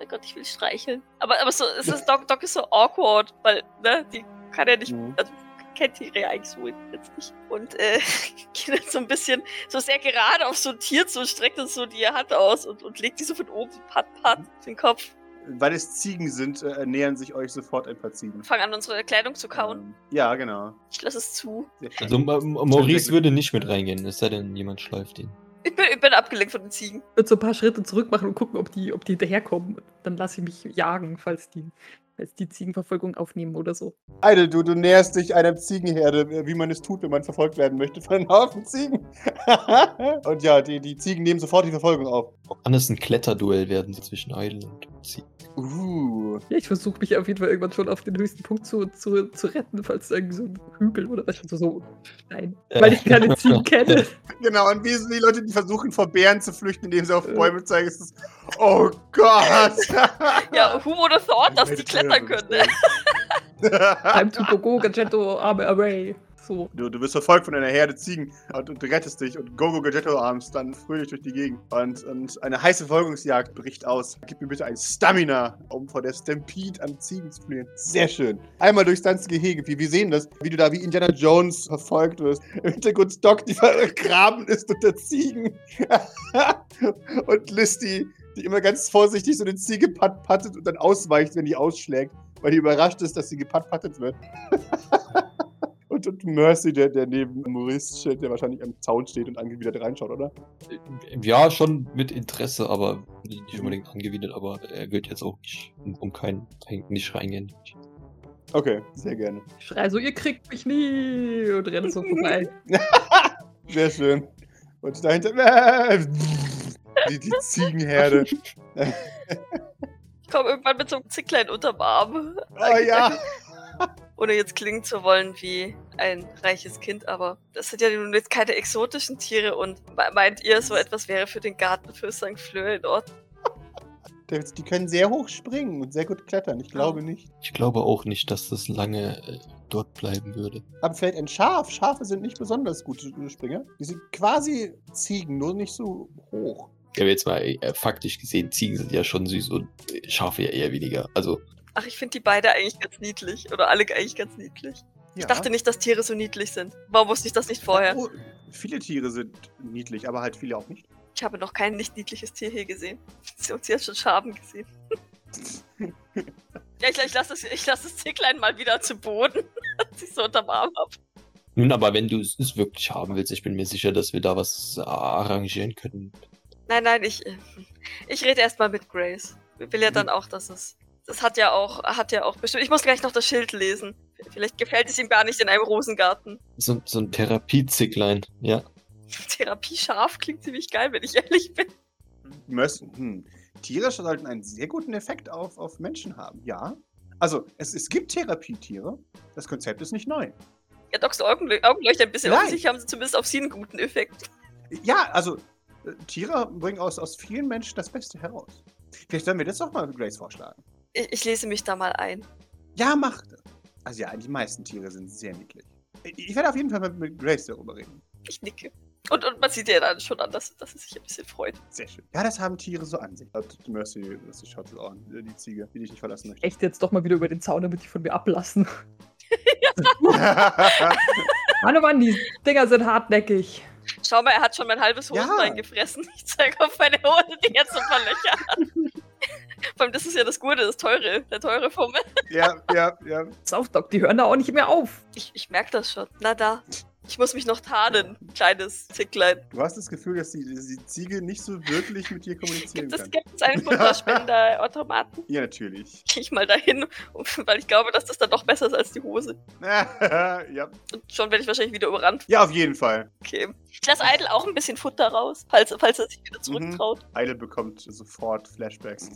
[SPEAKER 2] Oh Gott, ich will streicheln. Aber, aber so, es ist, Doc, Doc ist so awkward, weil, ne, die kann ja nicht,
[SPEAKER 3] Mhm.
[SPEAKER 2] also kennt die Rhea eigentlich so jetzt nicht. Und, äh, geht dann so ein bisschen, so sehr gerade auf so ein Tier zu, streckt dann so die Hand aus und, und legt die so von oben, pat, pat, auf den Kopf
[SPEAKER 3] Weil es Ziegen sind, äh, nähern sich euch sofort ein paar Ziegen.
[SPEAKER 2] und fangen an, unsere Kleidung zu kauen.
[SPEAKER 3] Ähm, ja, genau.
[SPEAKER 2] Ich lasse es zu.
[SPEAKER 3] Sehr schön.
[SPEAKER 5] Also Ma- Ma- Maurice würde nicht mit reingehen, es sei denn, jemand schleift ihn.
[SPEAKER 2] Ich bin, ich bin abgelenkt von den Ziegen.
[SPEAKER 4] Ich würde so ein paar Schritte zurück machen und gucken, ob die, ob die hinterherkommen. Dann lasse ich mich jagen, falls die, falls die Ziegenverfolgung aufnehmen oder so.
[SPEAKER 3] Eidel, du, du näherst dich einer Ziegenherde, äh, wie man es tut, wenn man verfolgt werden möchte von einem Haufen Ziegen. und ja, die, die Ziegen nehmen sofort die Verfolgung auf.
[SPEAKER 5] Kann es ein Kletterduell werden zwischen Eidel und Ziegen?
[SPEAKER 3] Uh.
[SPEAKER 4] Ja, ich versuche mich auf jeden Fall irgendwann schon auf den höchsten Punkt zu, zu, zu retten, falls es irgendwie so ein Hügel oder was also so Stein. Weil ich keine Ziegen kenne.
[SPEAKER 3] Genau, und wie sind die Leute, die versuchen, vor Bären zu flüchten, indem sie auf Bäume zeigen? Es Ist oh Gott!
[SPEAKER 2] Ja, who would have thought, dass die klettern können, ne?
[SPEAKER 4] Time to go, go, Gadgetto, Arme, Array. So.
[SPEAKER 3] Du, du wirst verfolgt von einer Herde Ziegen und, und du rettest dich und Gogo Gadgetto armst dann fröhlich durch die Gegend. Und, und eine heiße Verfolgungsjagd bricht aus. Gib mir bitte ein Stamina, um vor der Stampede an Ziegen zu fliehen. Sehr schön. Einmal durchs ganze Gehege. Wir, wir sehen das, wie du da wie Indiana Jones verfolgt wirst. Im Hintergrund Doc, die vergraben ist unter Ziegen. und Listy, die immer ganz vorsichtig so eine Ziege pat pattet und dann ausweicht, wenn die ausschlägt, weil die überrascht ist, dass sie gepat pattet wird. Und, und Mercy, der, der neben Maurice steht, der wahrscheinlich am Zaun steht und angewidert reinschaut, oder?
[SPEAKER 5] Äh, Ja, schon mit Interesse, aber nicht unbedingt angewidert, aber er wird jetzt auch nicht um, um keinen nicht reingehen.
[SPEAKER 3] Okay, sehr gerne.
[SPEAKER 4] Ich schrei so, ihr kriegt mich nie und renne so vorbei.
[SPEAKER 3] Sehr schön. Und dahinter. Die, die Ziegenherde.
[SPEAKER 2] Ich komme irgendwann mit so einem Zicklein unterm Arm.
[SPEAKER 3] Ah ja.
[SPEAKER 2] Ohne jetzt klingen zu wollen wie ein reiches Kind, aber das sind ja nun jetzt keine exotischen Tiere und me- meint ihr, so etwas wäre für den Garten für St. Fleur in Ordnung?
[SPEAKER 3] Das- Die können sehr hoch springen und sehr gut klettern. Ich glaube nicht.
[SPEAKER 5] Ich glaube auch nicht, dass das lange äh, dort bleiben würde.
[SPEAKER 3] Aber vielleicht ein Schaf. Schafe sind nicht besonders gute Springer. Die sind quasi Ziegen, nur nicht so hoch.
[SPEAKER 5] Ich habe jetzt mal äh, faktisch gesehen, Ziegen sind ja schon süß und äh, Schafe ja eher weniger. Also,
[SPEAKER 2] Ach, ich finde die beide eigentlich ganz niedlich. Oder alle eigentlich ganz niedlich. Ich dachte nicht, dass Tiere so niedlich sind. Warum wusste ich das nicht vorher?
[SPEAKER 3] Oh, viele Tiere sind niedlich, aber halt viele auch nicht.
[SPEAKER 2] Ich habe noch kein nicht niedliches Tier hier gesehen. Sie und sie hat schon Schaben gesehen. ja, ich, ich lasse das, ich lass das Zicklein mal wieder zu Boden, als ich so unterm Arm habe.
[SPEAKER 5] nun, aber wenn du es es wirklich haben willst, ich bin mir sicher, dass wir da was äh, arrangieren können.
[SPEAKER 2] Nein, nein, ich, äh, ich rede erstmal mit Grace. Ich will ja dann auch, dass es. Das hat ja auch, hat ja auch bestimmt. Ich muss gleich noch das Schild lesen. Vielleicht gefällt es ihm gar nicht in einem Rosengarten.
[SPEAKER 5] So, so ein Therapiezicklein, ja.
[SPEAKER 2] Therapie scharf klingt ziemlich geil, wenn ich ehrlich bin.
[SPEAKER 3] Müssen. Hm. Tiere sollten einen sehr guten Effekt auf, auf Menschen haben, ja. Also, es, es gibt Therapietiere. Das Konzept ist nicht neu.
[SPEAKER 2] Ja, Docs Augenlö- Augenleuchter ein bisschen
[SPEAKER 3] Nein.
[SPEAKER 2] offensichtlich haben sie zumindest auf sie einen guten Effekt.
[SPEAKER 3] Ja, also, äh, Tiere bringen aus, aus vielen Menschen das Beste heraus. Vielleicht sollen wir das doch mal Grace vorschlagen.
[SPEAKER 2] Ich, ich lese mich da mal ein.
[SPEAKER 3] Ja, mach das. Also, ja, die meisten Tiere sind sehr niedlich. Ich ich werde auf jeden Fall mit- mit Grace darüber reden.
[SPEAKER 2] Ich nicke. Und, und man sieht ja dann schon an, dass, dass sie sich ein bisschen freut.
[SPEAKER 3] Sehr schön. Ja, das haben Tiere so an sich. Hat Mercy, Mercy schaut so an. Die Ziege, die dich nicht verlassen möchte.
[SPEAKER 4] Echt jetzt doch mal wieder über den Zaun, damit die von mir ablassen.
[SPEAKER 3] ja,
[SPEAKER 4] Mann, oh Mann, die Dinger sind hartnäckig.
[SPEAKER 2] Schau mal, er hat schon mein halbes
[SPEAKER 3] Ja.
[SPEAKER 2] Hosenbein gefressen. Ich zeige auf meine Hose, die jetzt so ein paar Löcher hat. Vor allem, das ist ja das Gute, das teure, der teure Fummel.
[SPEAKER 3] ja, ja.
[SPEAKER 4] Pass auf, Doc, die hören da auch nicht mehr auf.
[SPEAKER 2] Ich, ich merke das schon. Na da. Ich muss mich noch tarnen, kleines Zicklein.
[SPEAKER 3] Du hast das Gefühl, dass die, die Ziege nicht so wirklich mit dir kommunizieren
[SPEAKER 2] Gibt es,
[SPEAKER 3] kann.
[SPEAKER 2] gibt es einen Futterspender-Automaten?
[SPEAKER 3] Ja, natürlich.
[SPEAKER 2] Gehe ich mal dahin, um- weil ich glaube, dass das dann doch besser ist als die Hose.
[SPEAKER 3] ja.
[SPEAKER 2] Und schon werde ich wahrscheinlich wieder überrannt.
[SPEAKER 3] ja, auf jeden Fall.
[SPEAKER 2] Okay. Ich lasse Idle auch ein bisschen Futter raus, falls, falls er sich wieder zurücktraut.
[SPEAKER 3] Eile bekommt sofort Flashbacks.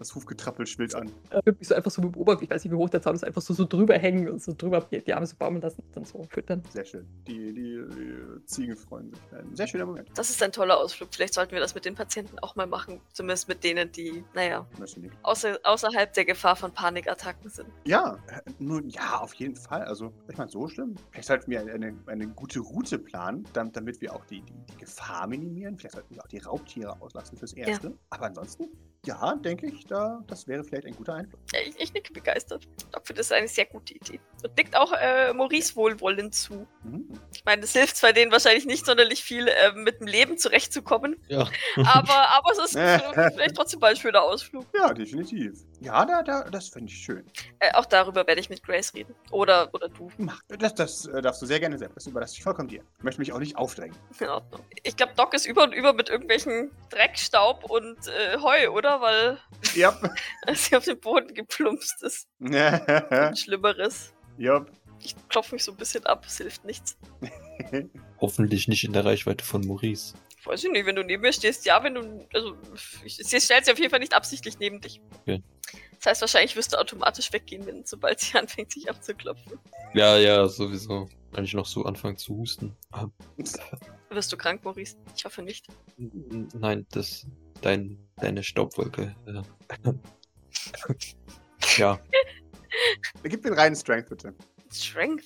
[SPEAKER 3] Das Hufgetrappel schwillt an.
[SPEAKER 4] Äh, Wirklich so einfach so mit dem Ober, ich weiß nicht, wie hoch der Zaun ist, einfach so, so drüber hängen und so drüber die, die Arme so baumeln lassen und dann so füttern.
[SPEAKER 3] Sehr schön. Die, die, die Ziegen freuen sich. Ein sehr schöner Moment.
[SPEAKER 2] Das ist ein toller Ausflug. Vielleicht sollten wir das mit den Patienten auch mal machen. Zumindest mit denen, die, naja,
[SPEAKER 3] Möchte nicht.
[SPEAKER 2] außer, außerhalb der Gefahr von Panikattacken sind.
[SPEAKER 3] Ja, äh, nun ja, auf jeden Fall. Also, ich meine, so schlimm. Vielleicht sollten wir eine, eine gute Route planen, dam- damit wir auch die, die, die Gefahr minimieren. Vielleicht sollten wir auch die Raubtiere auslassen fürs Erste. Aber ansonsten, ja, denke ich, da, das wäre vielleicht ein guter Einfluss.
[SPEAKER 2] Ja, ich, ich nicke begeistert. Ich glaube, das ist eine sehr gute Idee. Und nickt auch äh, Maurice wohlwollend zu.
[SPEAKER 3] Mhm.
[SPEAKER 2] Ich meine, es hilft zwar denen wahrscheinlich nicht sonderlich viel, ähm, mit dem Leben zurechtzukommen,
[SPEAKER 5] Ja.
[SPEAKER 2] aber, aber es ist äh, vielleicht trotzdem mal ein schöner Ausflug.
[SPEAKER 3] Ja, definitiv. Ja, da, da, das finde ich schön.
[SPEAKER 2] Äh, auch darüber werde ich mit Grace reden. Oder, oder du.
[SPEAKER 3] Mach. Das, das äh, darfst du sehr gerne selbst. Das überlasse ich vollkommen dir. Ich möchte mich auch nicht aufdrängen.
[SPEAKER 2] In Ordnung. Ich glaube, Doc ist über und über mit irgendwelchen Dreck, Staub und äh, Heu, oder? Weil
[SPEAKER 3] Ja.
[SPEAKER 2] sie auf den Boden geplumpst ist.
[SPEAKER 3] ja.
[SPEAKER 2] Schlimmeres. Ich klopfe mich so ein bisschen ab, es hilft nichts.
[SPEAKER 5] Hoffentlich nicht in der Reichweite von Maurice.
[SPEAKER 2] Weiß ich nicht, wenn du neben mir stehst, ja, wenn du. Also, ich, sie stellt sie auf jeden Fall nicht absichtlich neben dich.
[SPEAKER 5] Okay.
[SPEAKER 2] Das heißt, wahrscheinlich wirst du automatisch weggehen, wenn, sobald sie anfängt, sich abzuklopfen.
[SPEAKER 5] Ja, ja, sowieso. Wenn ich noch so anfangen zu husten. Ah,
[SPEAKER 2] Wirst du krank, Maurice? Ich hoffe nicht.
[SPEAKER 5] n- Nein, das. Dein, deine Staubwolke. Ja. ja.
[SPEAKER 3] Gib mir einen reinen Strength, bitte.
[SPEAKER 2] Strength.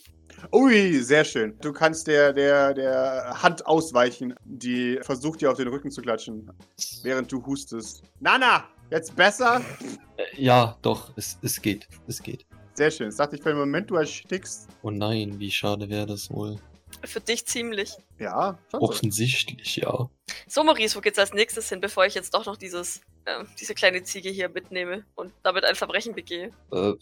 [SPEAKER 3] Ui, sehr schön. Du kannst der, der, der Hand ausweichen, die versucht dir auf den Rücken zu klatschen, während du hustest. Nana, jetzt besser?
[SPEAKER 5] Äh, Ja, doch, es, es geht. Es geht.
[SPEAKER 3] Sehr schön. Das dachte ich für einen Moment, du erstickst.
[SPEAKER 5] Oh nein, wie schade wäre das wohl.
[SPEAKER 2] Für dich ziemlich.
[SPEAKER 3] Ja, schon so.
[SPEAKER 5] Offensichtlich, ja.
[SPEAKER 2] So, Maurice, wo geht's als nächstes hin, bevor ich jetzt doch noch dieses, ähm, diese kleine Ziege hier mitnehme und damit ein Verbrechen begehe?
[SPEAKER 5] Äh,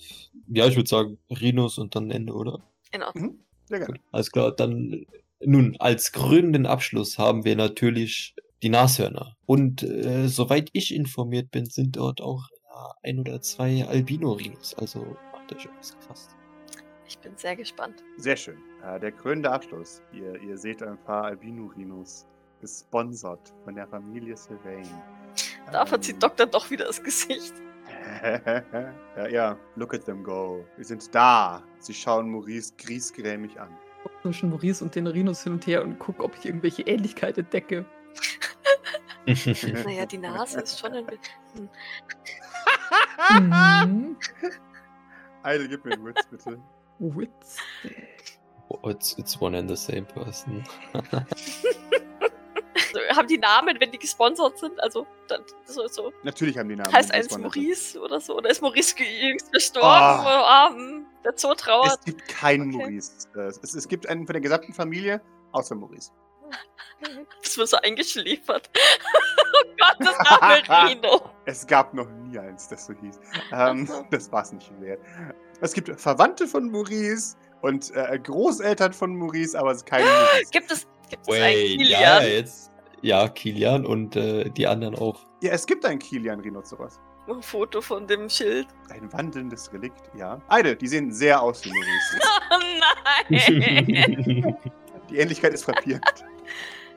[SPEAKER 5] ja, ich würde sagen, Rhinos und dann Ende, oder?
[SPEAKER 2] In Ordnung.
[SPEAKER 3] Mhm. Sehr gerne.
[SPEAKER 5] Gut, alles klar. Dann, nun, als krönenden Abschluss haben wir natürlich die Nashörner. Und äh, soweit ich informiert bin, sind dort auch äh, ein oder zwei Albino-Rhinos. Also macht euch was gefasst.
[SPEAKER 2] Ich bin sehr gespannt.
[SPEAKER 3] Sehr schön. Äh, der krönende Abschluss. Ihr, ihr seht ein paar Albinurinos, gesponsert von der Familie Sylvain.
[SPEAKER 2] Da
[SPEAKER 3] Ähm,
[SPEAKER 2] verzieht Doktor doch wieder das Gesicht.
[SPEAKER 3] ja, ja, look at them go. Wir sind da. Sie schauen Maurice griesgrämig an.
[SPEAKER 4] zwischen Maurice und den Rhinos hin und her und gucke, ob ich irgendwelche Ähnlichkeit entdecke.
[SPEAKER 2] Naja, die Nase ist schon ein bisschen.
[SPEAKER 4] Mhm.
[SPEAKER 3] Eile, gib mir einen Witz, bitte.
[SPEAKER 4] Witz.
[SPEAKER 5] oh, it's, it's one and the same person.
[SPEAKER 2] Also, haben die Namen, wenn die gesponsert sind? Also, dann, so, so.
[SPEAKER 3] Natürlich haben die Namen.
[SPEAKER 2] heißt
[SPEAKER 3] das
[SPEAKER 2] eins
[SPEAKER 3] war nett.
[SPEAKER 2] Maurice oder so? Oder ist Maurice ge- jüngst gestorben? Oh. arm. Der Tod trauert.
[SPEAKER 3] Es gibt keinen
[SPEAKER 2] Okay.
[SPEAKER 3] Maurice. Äh, Es, es gibt einen von der gesamten Familie, außer Maurice.
[SPEAKER 2] Das wird so eingeschläfert. oh Gott, das arme Rino.
[SPEAKER 3] Es gab noch nie eins, das so hieß. Ähm, das war es nicht wert. Es gibt Verwandte von Maurice und äh, Großeltern von Maurice, aber es ist kein Maurice.
[SPEAKER 2] Gibt es, gibt es einen
[SPEAKER 5] Wait,
[SPEAKER 2] Kilian?
[SPEAKER 5] ja, jetzt. Ja, Kilian und äh, die anderen auch.
[SPEAKER 3] Ja, es gibt einen Kilian Rhinoceros.
[SPEAKER 2] Ein Foto von dem Schild.
[SPEAKER 3] Ein wandelndes Relikt, ja. Eide, die sehen sehr aus wie Maurice.
[SPEAKER 2] Oh nein!
[SPEAKER 3] Die Ähnlichkeit ist frappierend.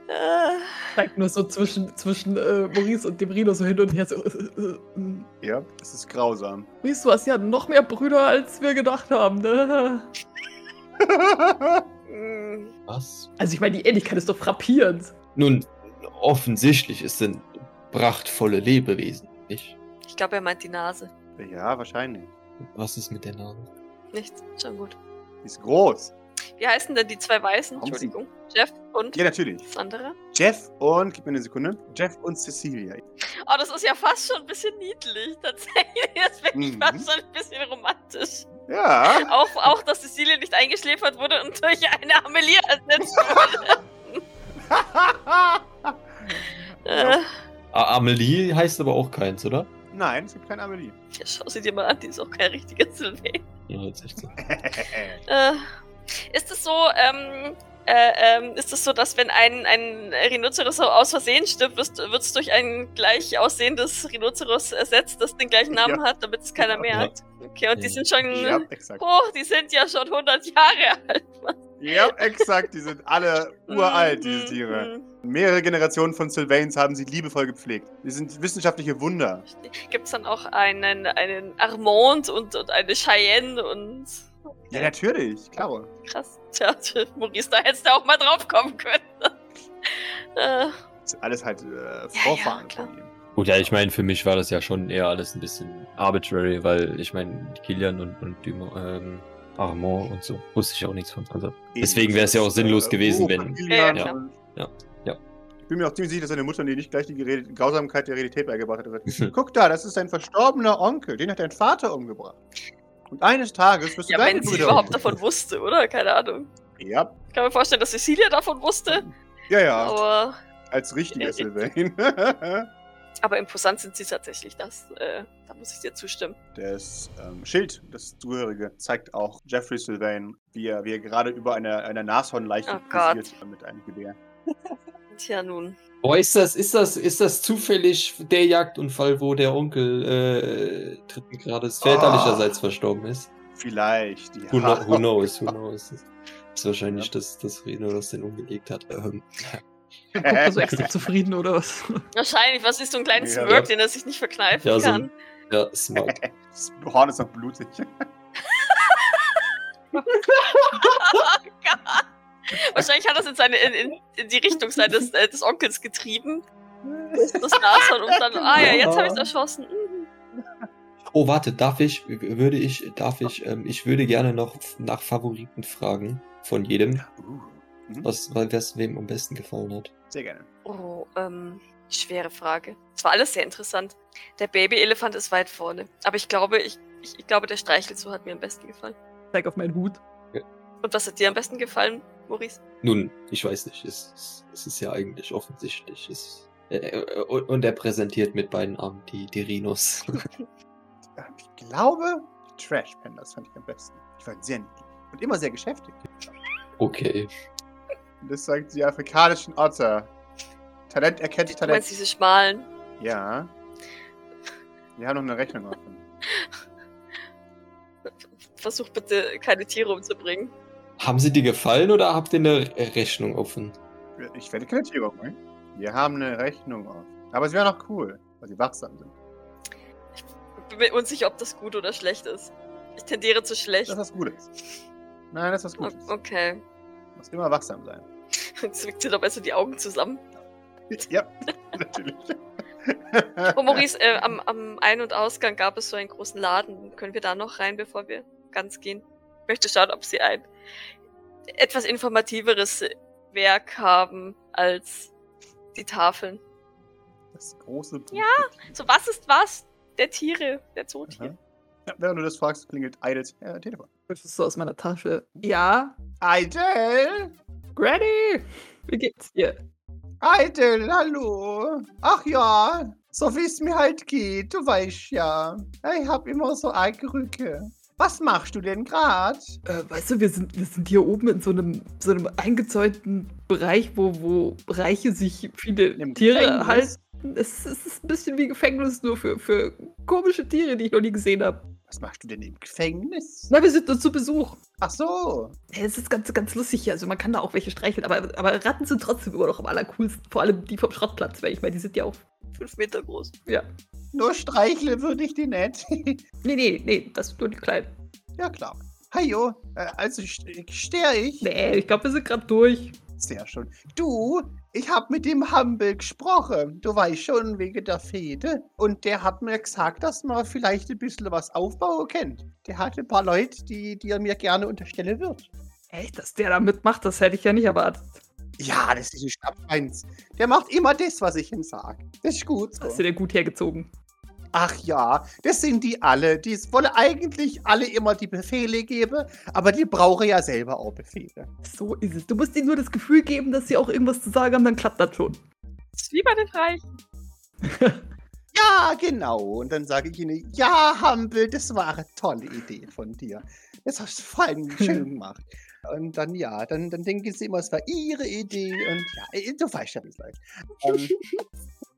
[SPEAKER 2] Äh,
[SPEAKER 4] Zeigt nur so zwischen, zwischen äh, Maurice und dem Rhino so hin und her. So, äh, äh, äh.
[SPEAKER 3] ja, es ist grausam.
[SPEAKER 4] Maurice, du hast ja noch mehr Brüder, als wir gedacht haben. Ne?
[SPEAKER 2] mh,
[SPEAKER 5] Was?
[SPEAKER 4] Also ich meine, die Ähnlichkeit ist doch frappierend.
[SPEAKER 5] Nun, offensichtlich, es sind prachtvolle Lebewesen, nicht?
[SPEAKER 2] ich glaube, er meint die Nase.
[SPEAKER 3] ja, wahrscheinlich.
[SPEAKER 5] Was ist mit der Nase?
[SPEAKER 2] Nichts. Schon gut.
[SPEAKER 3] Die ist groß.
[SPEAKER 2] Wie heißen denn die zwei Weißen?
[SPEAKER 3] Warum sie-
[SPEAKER 2] Entschuldigung. Jeff und
[SPEAKER 3] Ja, natürlich.
[SPEAKER 2] das andere?
[SPEAKER 3] Jeff und, gib mir eine Sekunde, Jeff und Cecilia.
[SPEAKER 2] Oh, das ist ja fast schon ein bisschen niedlich. Tatsächlich. Das wäre
[SPEAKER 3] Mhm.
[SPEAKER 2] fast schon ein bisschen romantisch.
[SPEAKER 3] Ja.
[SPEAKER 2] Auch, auch, dass Cecilie nicht eingeschläfert wurde und durch eine Amelie ersetzt wurde. äh,
[SPEAKER 5] A Ah, Amelie heißt aber auch keins, oder?
[SPEAKER 3] Nein, es gibt keine Amelie.
[SPEAKER 2] schau sie dir mal an, die ist auch kein richtiger Sylvain.
[SPEAKER 5] Ja, halt 16.
[SPEAKER 2] Äh, ist es so, ähm, äh, ähm, ist es so, dass wenn ein, ein Rhinoceros aus Versehen stirbt, wird es durch ein gleich aussehendes Rhinoceros ersetzt, das den gleichen Namen
[SPEAKER 3] Ja.
[SPEAKER 2] hat, damit es keiner
[SPEAKER 3] Ja.
[SPEAKER 2] merkt? Okay, und die
[SPEAKER 5] Ja.
[SPEAKER 2] sind schon,
[SPEAKER 3] ja, exakt.
[SPEAKER 2] oh, die sind ja schon 100 Jahre alt.
[SPEAKER 3] Ja, exakt. Die sind alle uralt, diese
[SPEAKER 2] Mhm,
[SPEAKER 3] Tiere.
[SPEAKER 2] mhm.
[SPEAKER 3] Mehrere Generationen von Sylvains haben sie liebevoll gepflegt. Sie sind wissenschaftliche Wunder.
[SPEAKER 2] Gibt es dann auch einen, einen Armand und, und eine Cheyenne und
[SPEAKER 3] Ja, natürlich, klar.
[SPEAKER 2] krass. Tja, Maurice, da hättest du auch mal drauf kommen können. äh,
[SPEAKER 3] Das sind alles halt äh, Vorfahren
[SPEAKER 2] klar.
[SPEAKER 3] von ihm.
[SPEAKER 6] Gut, ja, ich meine, für mich war das ja schon eher alles ein bisschen arbitrary, weil ich meine, Kilian und, und Dumont, ähm, Armand und so, wusste ich auch nichts von. Also, Deswegen wär's
[SPEAKER 3] Äh,
[SPEAKER 6] ja auch sinnlos gewesen, wenn-
[SPEAKER 3] Familien
[SPEAKER 2] Ja, ja,
[SPEAKER 3] und-
[SPEAKER 6] klar. Ja, ja.
[SPEAKER 3] Ich bin mir auch ziemlich sicher, dass seine Mutter dir nicht gleich die Gerät- Grausamkeit der Realität beigebracht hat. Und gesagt, Guck da, das ist dein verstorbener Onkel, den hat dein Vater umgebracht. Und eines Tages wirst du
[SPEAKER 2] ja,
[SPEAKER 3] deine
[SPEAKER 2] wenn sie
[SPEAKER 3] Brüder
[SPEAKER 2] überhaupt
[SPEAKER 3] umbringen.
[SPEAKER 2] davon wusste, oder? Keine Ahnung.
[SPEAKER 3] Ja,
[SPEAKER 2] Ich kann mir vorstellen, dass Cecilia davon wusste,
[SPEAKER 3] ja, ja.
[SPEAKER 2] aber,
[SPEAKER 3] Als richtiger
[SPEAKER 2] Äh,
[SPEAKER 3] Sylvain.
[SPEAKER 2] aber imposant sind sie tatsächlich das. Äh, da muss ich dir zustimmen.
[SPEAKER 3] Das ähm, Schild, das Zugehörige, zeigt auch Jeffrey Sylvain, wie er, wie er gerade über einer eine Nashornleiche
[SPEAKER 2] Oh Gott.
[SPEAKER 3] posiert mit einem Gewehr.
[SPEAKER 2] Tja, nun.
[SPEAKER 5] Boah, ist das, ist das, ist das zufällig der Jagdunfall, wo der Onkel äh, dritten Grades väterlicherseits verstorben ist?
[SPEAKER 3] Vielleicht, ja.
[SPEAKER 5] Who, kno who knows, who knows? Das ist wahrscheinlich das, das Reno, das den umgelegt hat. Ähm,
[SPEAKER 4] Guckt Also, er so extra zufrieden oder was?
[SPEAKER 2] Wahrscheinlich, was ist so ein kleines
[SPEAKER 3] Ja,
[SPEAKER 2] ja,
[SPEAKER 5] ja.
[SPEAKER 2] Smirk, den er sich nicht verkneifen
[SPEAKER 5] Ja, so ein-
[SPEAKER 2] kann?
[SPEAKER 5] ja, smart.
[SPEAKER 3] Das Horn ist noch blutig.
[SPEAKER 2] Wahrscheinlich hat er es in, seine, in, in, in die Richtung seines äh, des Onkels Hm. getrieben. Das Nashorn und dann, ah ja, jetzt habe ich es erschossen. Mhm.
[SPEAKER 5] Oh, warte, darf ich, würde ich, darf ich, ähm, ich würde gerne noch nach Favoriten fragen von jedem,
[SPEAKER 3] Uh, mhm.
[SPEAKER 5] was, weil es wem am besten gefallen hat.
[SPEAKER 3] Sehr gerne.
[SPEAKER 2] Oh, ähm, schwere Frage. Es war alles sehr interessant. Der Babyelefant ist weit vorne. Aber ich glaube, ich, ich, ich glaube, der Streichelzoo hat mir am besten gefallen.
[SPEAKER 4] Zeig auf meinen Hut.
[SPEAKER 2] Und was hat dir am besten gefallen, Maurice?
[SPEAKER 5] Nun, ich weiß nicht, es, es, es ist ja eigentlich offensichtlich. Es, äh, äh, und, und er präsentiert mit beiden Armen die, die Rhinos.
[SPEAKER 3] Ähm, Ich glaube, die Trash Pandas fand ich am besten. Die waren sehr niedlich und immer sehr geschäftig.
[SPEAKER 5] okay.
[SPEAKER 3] Und Das sagt die afrikanischen Otter. Talent erkennt
[SPEAKER 2] Du meinst
[SPEAKER 3] Talent.
[SPEAKER 2] diese schmalen?
[SPEAKER 3] Ja. Wir haben noch eine Rechnung offen.
[SPEAKER 2] Versuch bitte, keine Tiere umzubringen.
[SPEAKER 5] Haben sie dir gefallen oder habt ihr eine Re- Rechnung offen?
[SPEAKER 3] Ich werde keine Tiere umbringen. Wir haben eine Rechnung offen. Aber sie wäre noch cool, weil sie wachsam sind.
[SPEAKER 2] Bin mir unsicher, ob das gut oder schlecht ist. Ich tendiere zu
[SPEAKER 3] Das
[SPEAKER 2] schlecht.
[SPEAKER 3] ist was Gutes. Nein, das ist was
[SPEAKER 2] O-
[SPEAKER 3] Gutes.
[SPEAKER 2] Oh, Okay.
[SPEAKER 3] Du musst immer wachsam sein.
[SPEAKER 2] Zwickt dir doch besser die Augen zusammen.
[SPEAKER 3] ja, natürlich.
[SPEAKER 2] Oh, Maurice, äh, am, am Ein- und Ausgang gab es so einen großen Laden. Können wir da noch rein, bevor wir ganz gehen? Ich möchte schauen, ob sie ein etwas informativeres Werk haben als die Tafeln.
[SPEAKER 3] Das große Buch.
[SPEAKER 2] Ja. So, was ist was? Der Tiere, der Zootier.
[SPEAKER 3] Aha. Ja, Während du das fragst, klingelt Idles äh, Telefon.
[SPEAKER 4] Das ist so aus meiner Tasche. Ja,
[SPEAKER 3] Idle!
[SPEAKER 4] Granny! Wie geht's dir?
[SPEAKER 3] Idle, hallo! Ach ja, so wie es mir halt geht, du weißt ja. Ich hab immer so arge Rücke. Was machst du denn grad?
[SPEAKER 4] Äh, weißt du, wir sind, wir sind hier oben in so einem, so einem eingezäunten Bereich, wo, wo Reiche sich viele
[SPEAKER 3] Im
[SPEAKER 4] Tiere halt-
[SPEAKER 3] Gefängnis?
[SPEAKER 4] halten. Es, es ist ein bisschen wie Gefängnis, nur für, für komische Tiere, die ich noch nie gesehen habe.
[SPEAKER 3] Was machst du denn im Gefängnis?
[SPEAKER 4] Na, wir sind nur zu Besuch.
[SPEAKER 3] Ach so.
[SPEAKER 4] Hey, Es ist ganz, ganz lustig hier. Also man kann da auch welche streicheln, aber, aber Ratten sind trotzdem immer noch am allercoolsten. Vor allem die vom Schrottplatz, weil ich meine, die sind ja auch.
[SPEAKER 2] Fünf Meter groß.
[SPEAKER 3] Nur streichle würde ich dir nicht.
[SPEAKER 4] Nee, nee, nee, das sind nur die kleinen.
[SPEAKER 3] ja, klar. Hallo, äh, also st- stehe ich?
[SPEAKER 4] Nee, ich glaube, wir sind gerade durch.
[SPEAKER 3] Sehr schön. Du, ich hab mit dem Humble gesprochen. Du weißt schon, wegen der Fehde. Und der hat mir gesagt, dass man vielleicht ein bisschen was aufbauen kennt. Der hat ein paar Leute, die, die er mir gerne unterstellen wird.
[SPEAKER 4] Echt, dass der da mitmacht, das hätte ich ja nicht erwartet.
[SPEAKER 3] Ja, das ist ein Schnappeins. Der macht immer das, was ich ihm sag. Das ist gut
[SPEAKER 4] Das ist
[SPEAKER 3] so.
[SPEAKER 4] ja gut hergezogen.
[SPEAKER 3] Ach ja, das sind die alle. Die wollen eigentlich alle immer die Befehle geben, aber die brauchen ja selber auch Befehle.
[SPEAKER 4] So ist es. Du musst ihnen nur das Gefühl geben, dass sie auch irgendwas zu sagen haben, dann klappt das schon.
[SPEAKER 2] Das ist wie bei den Reichen.
[SPEAKER 3] Ja, genau. Und dann sage ich ihnen, ja, Hampel, das war eine tolle Idee von dir. Das hast du vor allem schön gemacht. Und dann, ja, dann, dann denken sie immer, es war ihre Idee. Und ja, äh, du weißt ja, wie es läuft.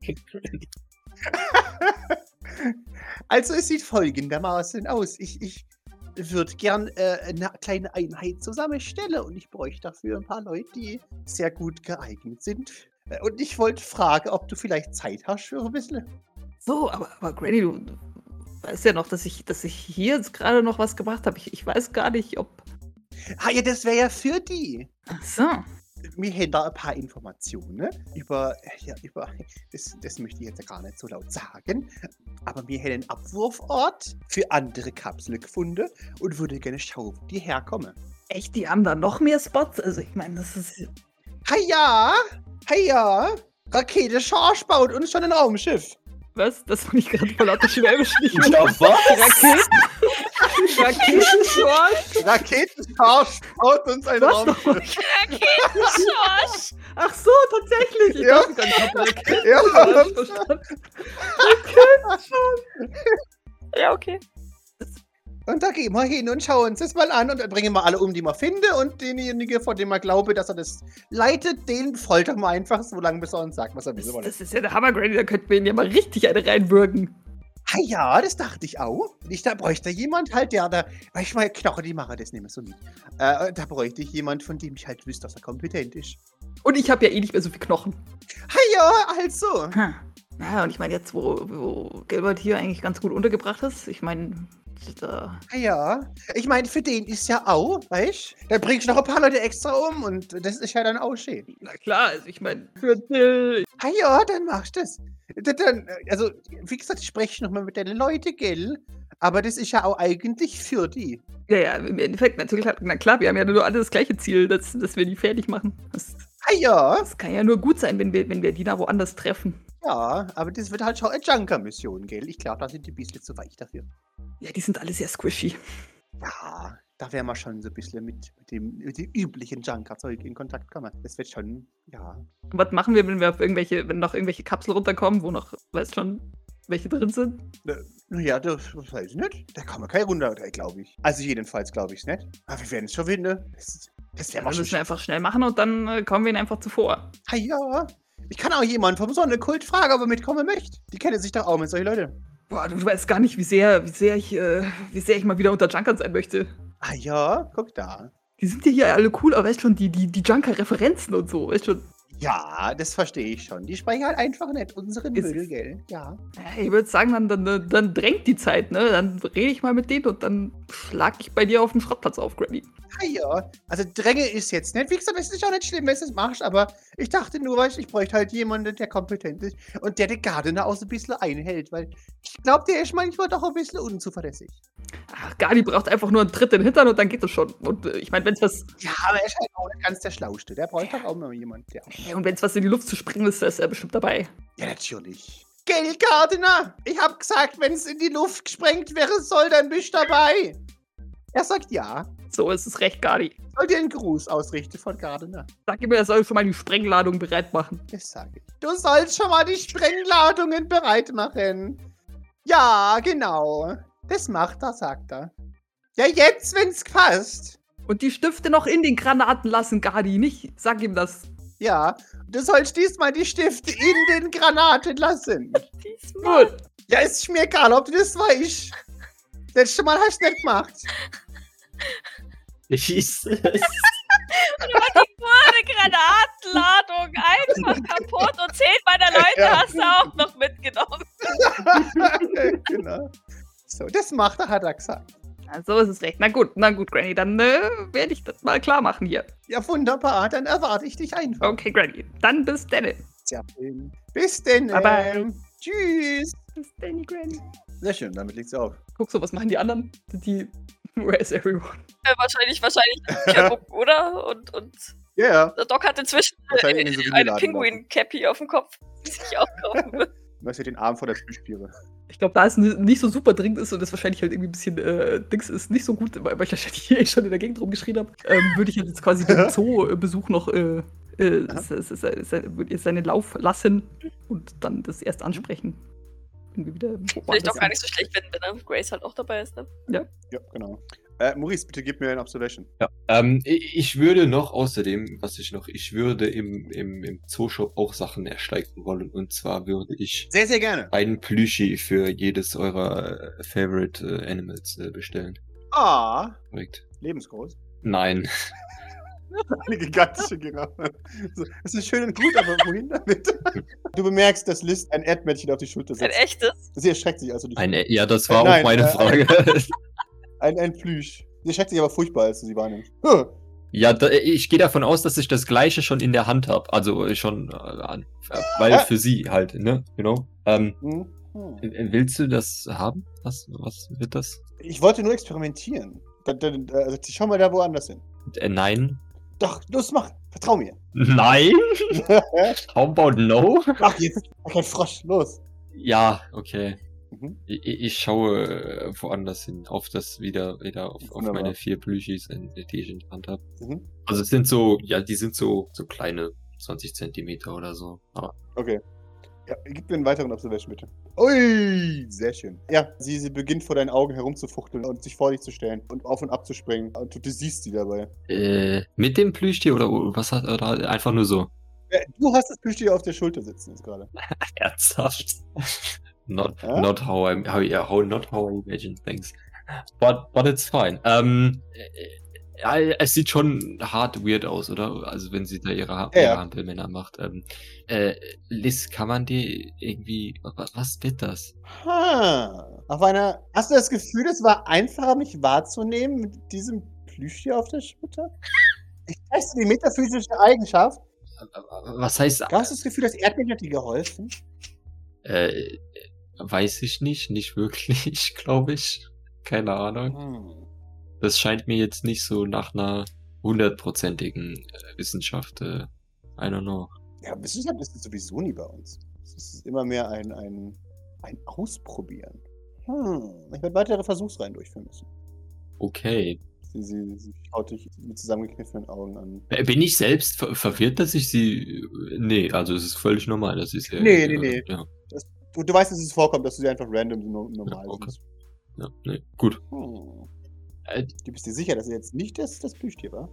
[SPEAKER 3] Ähm, also, es sieht folgendermaßen aus. Ich, ich würde gern äh, eine kleine Einheit zusammenstellen und ich bräuchte dafür ein paar Leute, die sehr gut geeignet sind. Äh, Und ich wollte fragen, ob du vielleicht Zeit hast für ein bisschen.
[SPEAKER 4] So, aber, aber Granny, du du weißt ja noch, dass ich, dass ich hier jetzt gerade noch was gemacht habe. Ich, ich weiß gar nicht, ob.
[SPEAKER 3] Ah ja, das wäre ja für die.
[SPEAKER 4] Ach so.
[SPEAKER 3] Wir hätten da ein paar Informationen über, ja, über, das, das möchte ich jetzt gar nicht so laut sagen, aber wir hätten einen Abwurfort für andere Kapseln gefunden und würde gerne schauen, wo die herkommen.
[SPEAKER 4] Echt, die haben da noch mehr Spots? Also, ich meine, das ist.
[SPEAKER 3] Haja! Haja! Rakete Schorsch baut uns schon ein Raumschiff.
[SPEAKER 4] Was? Das war ich gerade vor lauter Schwäbisch nicht
[SPEAKER 5] was?
[SPEAKER 4] Raketen? Raketen?
[SPEAKER 3] Rakete Schorsch baut uns ein
[SPEAKER 4] Was noch?
[SPEAKER 3] Raumschiff.
[SPEAKER 2] Schorsch!
[SPEAKER 4] Ach so, tatsächlich. Ich
[SPEAKER 3] Ja.
[SPEAKER 4] dachte gar nicht, ich hab Raketen
[SPEAKER 3] Ja.
[SPEAKER 4] verstanden.
[SPEAKER 2] Ja, okay.
[SPEAKER 3] Und da gehen wir hin und schauen uns das mal an und dann bringen wir alle um, die wir finden und denjenigen, von dem wir glaube, dass er das leitet, den foltern wir einfach so lange, bis er uns sagt, was er
[SPEAKER 4] Das,
[SPEAKER 3] wissen wollte.
[SPEAKER 4] das ist ja der Hammer, Granny. Da könnten wir ihn ja mal richtig eine reinwürgen.
[SPEAKER 3] Ah ja, das dachte ich auch. Ich, da bräuchte jemand halt, der da, weil ich mal Knochen, die machen das nicht mehr so mit. Äh, da bräuchte ich jemand, von dem ich halt wüsste, dass er kompetent ist.
[SPEAKER 4] Und ich habe ja eh nicht mehr so viel Knochen.
[SPEAKER 3] Ah ja, also.
[SPEAKER 4] Hm. Ja, und ich meine, jetzt, wo, wo Gilbert hier eigentlich ganz gut untergebracht ist, ich meine,
[SPEAKER 1] da.
[SPEAKER 3] Ah Ja, ich meine, für den ist ja auch, weißt du? Da bringst du noch ein paar Leute extra um und das ist ja dann auch schön.
[SPEAKER 4] Na klar, also ich meine, für Till.
[SPEAKER 3] Ah ja, dann machst du das. Da- Dann, äh, also, wie gesagt, ich spreche nochmal mit deinen Leuten, gell? Aber das ist ja auch eigentlich für die.
[SPEAKER 4] Ja, ja, im Endeffekt, natürlich, hat- na klar, wir haben ja nur alle das gleiche Ziel, dass, dass wir die fertig machen. Das,
[SPEAKER 3] Ah ja,
[SPEAKER 4] das kann ja nur gut sein, wenn wir, wenn wir die da woanders treffen.
[SPEAKER 3] ja, aber das wird halt schon eine Junker-Mission, gell? Ich glaube, da sind die ein bisschen zu weich dafür.
[SPEAKER 4] Ja, die sind alle sehr squishy.
[SPEAKER 3] Ja, da wären wir schon so ein bisschen mit, mit, dem, mit dem üblichen Junker-Zeug in Kontakt kommen. Das wird schon, ja.
[SPEAKER 4] Was machen wir, wenn wir auf irgendwelche, wenn noch irgendwelche Kapseln runterkommen, wo noch, weißt schon, welche drin sind?
[SPEAKER 3] Naja, das das weiß ich nicht. Da kann man kein Runde, glaube ich. Also jedenfalls glaube ich es nicht. Aber wir werden es schon finden. Das, das wäre
[SPEAKER 4] Ja, wir
[SPEAKER 3] mal schon.
[SPEAKER 4] müssen
[SPEAKER 3] sch-
[SPEAKER 4] einfach schnell machen und dann äh, kommen wir ihnen einfach zuvor.
[SPEAKER 3] Ah ja. Ich kann auch jemanden vom Sonnenkult fragen, ob er mitkommen möchte. Die kennen sich doch auch mit solchen Leuten.
[SPEAKER 4] Boah, du, du weißt gar nicht, wie sehr, wie sehr ich, äh, wie sehr ich mal wieder unter Junkern sein möchte.
[SPEAKER 3] Ah ja, guck da.
[SPEAKER 4] Die sind ja hier alle cool, aber weißt schon, die, die, die Junker-Referenzen und so, weißt schon.
[SPEAKER 3] Ja, das verstehe ich schon. Die sprechen halt einfach nicht unseren
[SPEAKER 4] Ist-
[SPEAKER 3] Müll, gell? Ja.
[SPEAKER 4] Ja, ich würde sagen, dann, dann, dann, dann drängt die Zeit, ne? Dann rede ich mal mit denen und dann schlag ich bei dir auf den Schrottplatz auf, Granny.
[SPEAKER 3] Ah ja. Also Dränge ist jetzt nicht. Wie gesagt, es ist auch nicht schlimm, wenn du es machst, aber ich dachte nur, weißt, du, ich bräuchte halt jemanden, der kompetent ist und der den Gardener auch so ein bisschen einhält, weil ich glaube, der ist manchmal doch ein bisschen unzuverlässig.
[SPEAKER 4] Ach, Gali braucht einfach nur einen Tritt in den Hintern und dann geht das schon. Und äh, ich meine, wenn's was,
[SPEAKER 3] Ja, aber er ist halt auch nicht ganz der Schlauste. Der braucht doch auch noch jemand, der.
[SPEAKER 4] hey, und wenn's was in die Luft zu springen ist, da ist er bestimmt dabei.
[SPEAKER 3] Ja, natürlich. Gell, Gardiner? Ich hab gesagt, wenn es in die Luft gesprengt wäre, soll, dann bist du dabei. Er sagt ja.
[SPEAKER 4] So ist es recht, Gali.
[SPEAKER 3] Soll dir einen Gruß ausrichten von Gardiner?
[SPEAKER 4] Sag ihm, er soll schon mal die Sprengladung bereit machen.
[SPEAKER 3] Das sage ich. Du sollst schon mal die Sprengladungen bereit machen. Ja, genau. Das macht er, sagt er. Ja, jetzt, wenn's passt.
[SPEAKER 4] Und die Stifte noch in den Granaten lassen, Gali, nicht? Sag ihm das.
[SPEAKER 3] Ja, du sollst diesmal die Stifte in den Granaten lassen.
[SPEAKER 2] Diesmal.
[SPEAKER 4] Gut.
[SPEAKER 3] Ja, ist mir egal, ob du das weißt. Letztes Mal hast du nicht gemacht.
[SPEAKER 5] Jesus.
[SPEAKER 2] Wurde Granatenladung einfach kaputt und zehn meiner Leute
[SPEAKER 3] Ja.
[SPEAKER 2] hast du auch noch mitgenommen.
[SPEAKER 3] genau. So, das macht er, hat er gesagt.
[SPEAKER 4] Na, so ist es recht. Na gut, na gut, Granny, dann äh, werde ich das mal klar machen hier.
[SPEAKER 3] Ja, wunderbar, dann erwarte ich dich einfach.
[SPEAKER 4] Okay, Granny, dann bis denne.
[SPEAKER 3] Sehr schön. Bis denn.
[SPEAKER 4] Bye, bye.
[SPEAKER 3] ähm, Tschüss.
[SPEAKER 4] Bis denne, Granny.
[SPEAKER 3] Sehr schön, damit liegt's auf.
[SPEAKER 4] Guck so, was machen die anderen? Sind Die, where is everyone?
[SPEAKER 2] Äh, wahrscheinlich, wahrscheinlich, Bücher gucken, oder? Und, und
[SPEAKER 3] Ja, ja.
[SPEAKER 2] der Doc hat inzwischen äh,
[SPEAKER 3] Wahrscheinlich in den
[SPEAKER 2] eine
[SPEAKER 3] Souvenirladen
[SPEAKER 2] Pinguin-Cappy auf dem Kopf, die sich auch kaufen wird.
[SPEAKER 3] Was ich den Arm vor der Spülspiele.
[SPEAKER 4] Ich glaube, da es n- nicht so super dringend ist und es wahrscheinlich halt irgendwie ein bisschen äh, Dings ist, nicht so gut, weil weil ich wahrscheinlich eh schon in der Gegend rumgeschrien habe, ähm, würde ich jetzt quasi den Zoo-Besuch noch äh, äh,
[SPEAKER 3] Aha.
[SPEAKER 4] se- se- se- se- würde ich seinen Lauf lassen und dann das erst ansprechen. Wenn wir wieder
[SPEAKER 2] Vielleicht
[SPEAKER 4] woanders
[SPEAKER 2] auch gar
[SPEAKER 4] sind.
[SPEAKER 2] nicht so schlecht, wenn, wenn ähm, Grace halt auch dabei ist. Ne?
[SPEAKER 3] Ja, genau. Äh, Maurice, bitte gib mir ein Observation.
[SPEAKER 6] Ja.
[SPEAKER 5] Ähm, ich ich würde noch außerdem, was ich noch, ich würde im, im, im Zooshop auch Sachen ersteigen wollen. Und zwar würde ich
[SPEAKER 3] Sehr, sehr gerne.
[SPEAKER 5] einen Plüschi für jedes eurer äh, Favorite äh, Animals äh, bestellen.
[SPEAKER 3] Ah,
[SPEAKER 5] Korrekt.
[SPEAKER 3] lebensgroß.
[SPEAKER 5] Nein.
[SPEAKER 3] Eine gigantische Giraffe. So, Das ist schön und gut, aber wohin damit? Du bemerkst, dass Liz ein Erdmännchen auf die Schulter
[SPEAKER 2] Ein
[SPEAKER 3] setzt.
[SPEAKER 2] echtes.
[SPEAKER 3] Sie erschreckt sich, also die
[SPEAKER 6] Eine, E- ja, das war
[SPEAKER 3] Nein,
[SPEAKER 6] auch meine
[SPEAKER 3] äh,
[SPEAKER 6] Frage.
[SPEAKER 3] Ein, ein Plüsch. Sie schreckt sich aber furchtbar, als du sie wahrnimmst. Huh.
[SPEAKER 6] ja, da, ich gehe davon aus, dass ich das gleiche schon in der Hand habe. Also äh, schon, äh, an- äh, weil für sie halt, ne? Genau. Ähm,
[SPEAKER 3] Hm. Hm.
[SPEAKER 6] äh, willst du das haben? Was, was wird das?
[SPEAKER 3] Ich wollte nur experimentieren. Dann, dann, äh, also schau mal da woanders hin.
[SPEAKER 6] Äh, nein.
[SPEAKER 3] Doch, los, mach. Vertrau mir.
[SPEAKER 6] Nein? How about no?
[SPEAKER 3] Mach jetzt. Mach kein Frosch. Los.
[SPEAKER 6] Ja, okay.
[SPEAKER 3] Mhm.
[SPEAKER 5] Ich, ich ich schaue äh, woanders hin, auf das wieder, wieder auf, auf
[SPEAKER 3] Wunderbar.
[SPEAKER 5] meine vier Plüschis, in, die ich in der Hand habe.
[SPEAKER 3] Mhm.
[SPEAKER 5] Also es sind so, ja, die sind so, so kleine 20 Zentimeter oder so. Aber
[SPEAKER 3] Okay. Ja, gib mir einen weiteren Observation, bitte. Ui, sehr schön. Ja, sie, sie beginnt vor deinen Augen herumzufuchteln und sich vor dich zu stellen und auf und ab zu springen. Und du, du siehst sie dabei.
[SPEAKER 6] Äh, mit dem Plüschtier oder was hat er da? Einfach nur so.
[SPEAKER 3] Ja, Äh, du hast das Plüschtier auf der Schulter sitzen jetzt gerade.
[SPEAKER 6] Ernsthaft? Not,
[SPEAKER 3] Ja?
[SPEAKER 6] not how I, how, yeah, how, not how I imagine things. But, but it's fine. Ähm, äh, äh, es sieht schon hart weird aus, oder? Also wenn sie da ihre, ha
[SPEAKER 3] Ja, ja.
[SPEAKER 6] ihre Hampelmänner macht. Ähm, äh, Liz, kann man die irgendwie, was, was wird das?
[SPEAKER 3] Ha. Auf einer. Hast du das Gefühl, es war einfacher, mich wahrzunehmen mit diesem Plüsch hier auf der Schulter? Ich teste die metaphysische Eigenschaft.
[SPEAKER 5] Was heißt
[SPEAKER 3] Hast du das Gefühl, das Erdbeben hat dir geholfen?
[SPEAKER 5] Äh, weiß ich nicht, nicht wirklich, glaube ich. Keine Ahnung.
[SPEAKER 3] Hm.
[SPEAKER 5] Das scheint mir jetzt nicht so nach einer hundertprozentigen äh, Wissenschaft. Äh, I don't know.
[SPEAKER 3] Ja, Wissenschaft ist es sowieso nie bei uns. Es ist immer mehr ein, ein, ein Ausprobieren. Hm. Ich werde weitere Versuchsreihen durchführen müssen.
[SPEAKER 5] Okay.
[SPEAKER 3] Sie, sie, sie schaut dich mit zusammengekniffenen Augen an.
[SPEAKER 5] Äh, Bin ich selbst ver verwirrt, dass ich sie. Nee, also es ist völlig normal, dass ich sie.
[SPEAKER 3] Nee, nee, nee.
[SPEAKER 5] Ja,
[SPEAKER 3] Du, du weißt, dass es vorkommt, dass du sie einfach random no, normal
[SPEAKER 5] Ja, okay.
[SPEAKER 3] siehst.
[SPEAKER 5] ja, nee. Gut.
[SPEAKER 3] Hm.
[SPEAKER 5] Äh,
[SPEAKER 3] Du bist dir sicher, dass er jetzt nicht das, das Plüschtier war?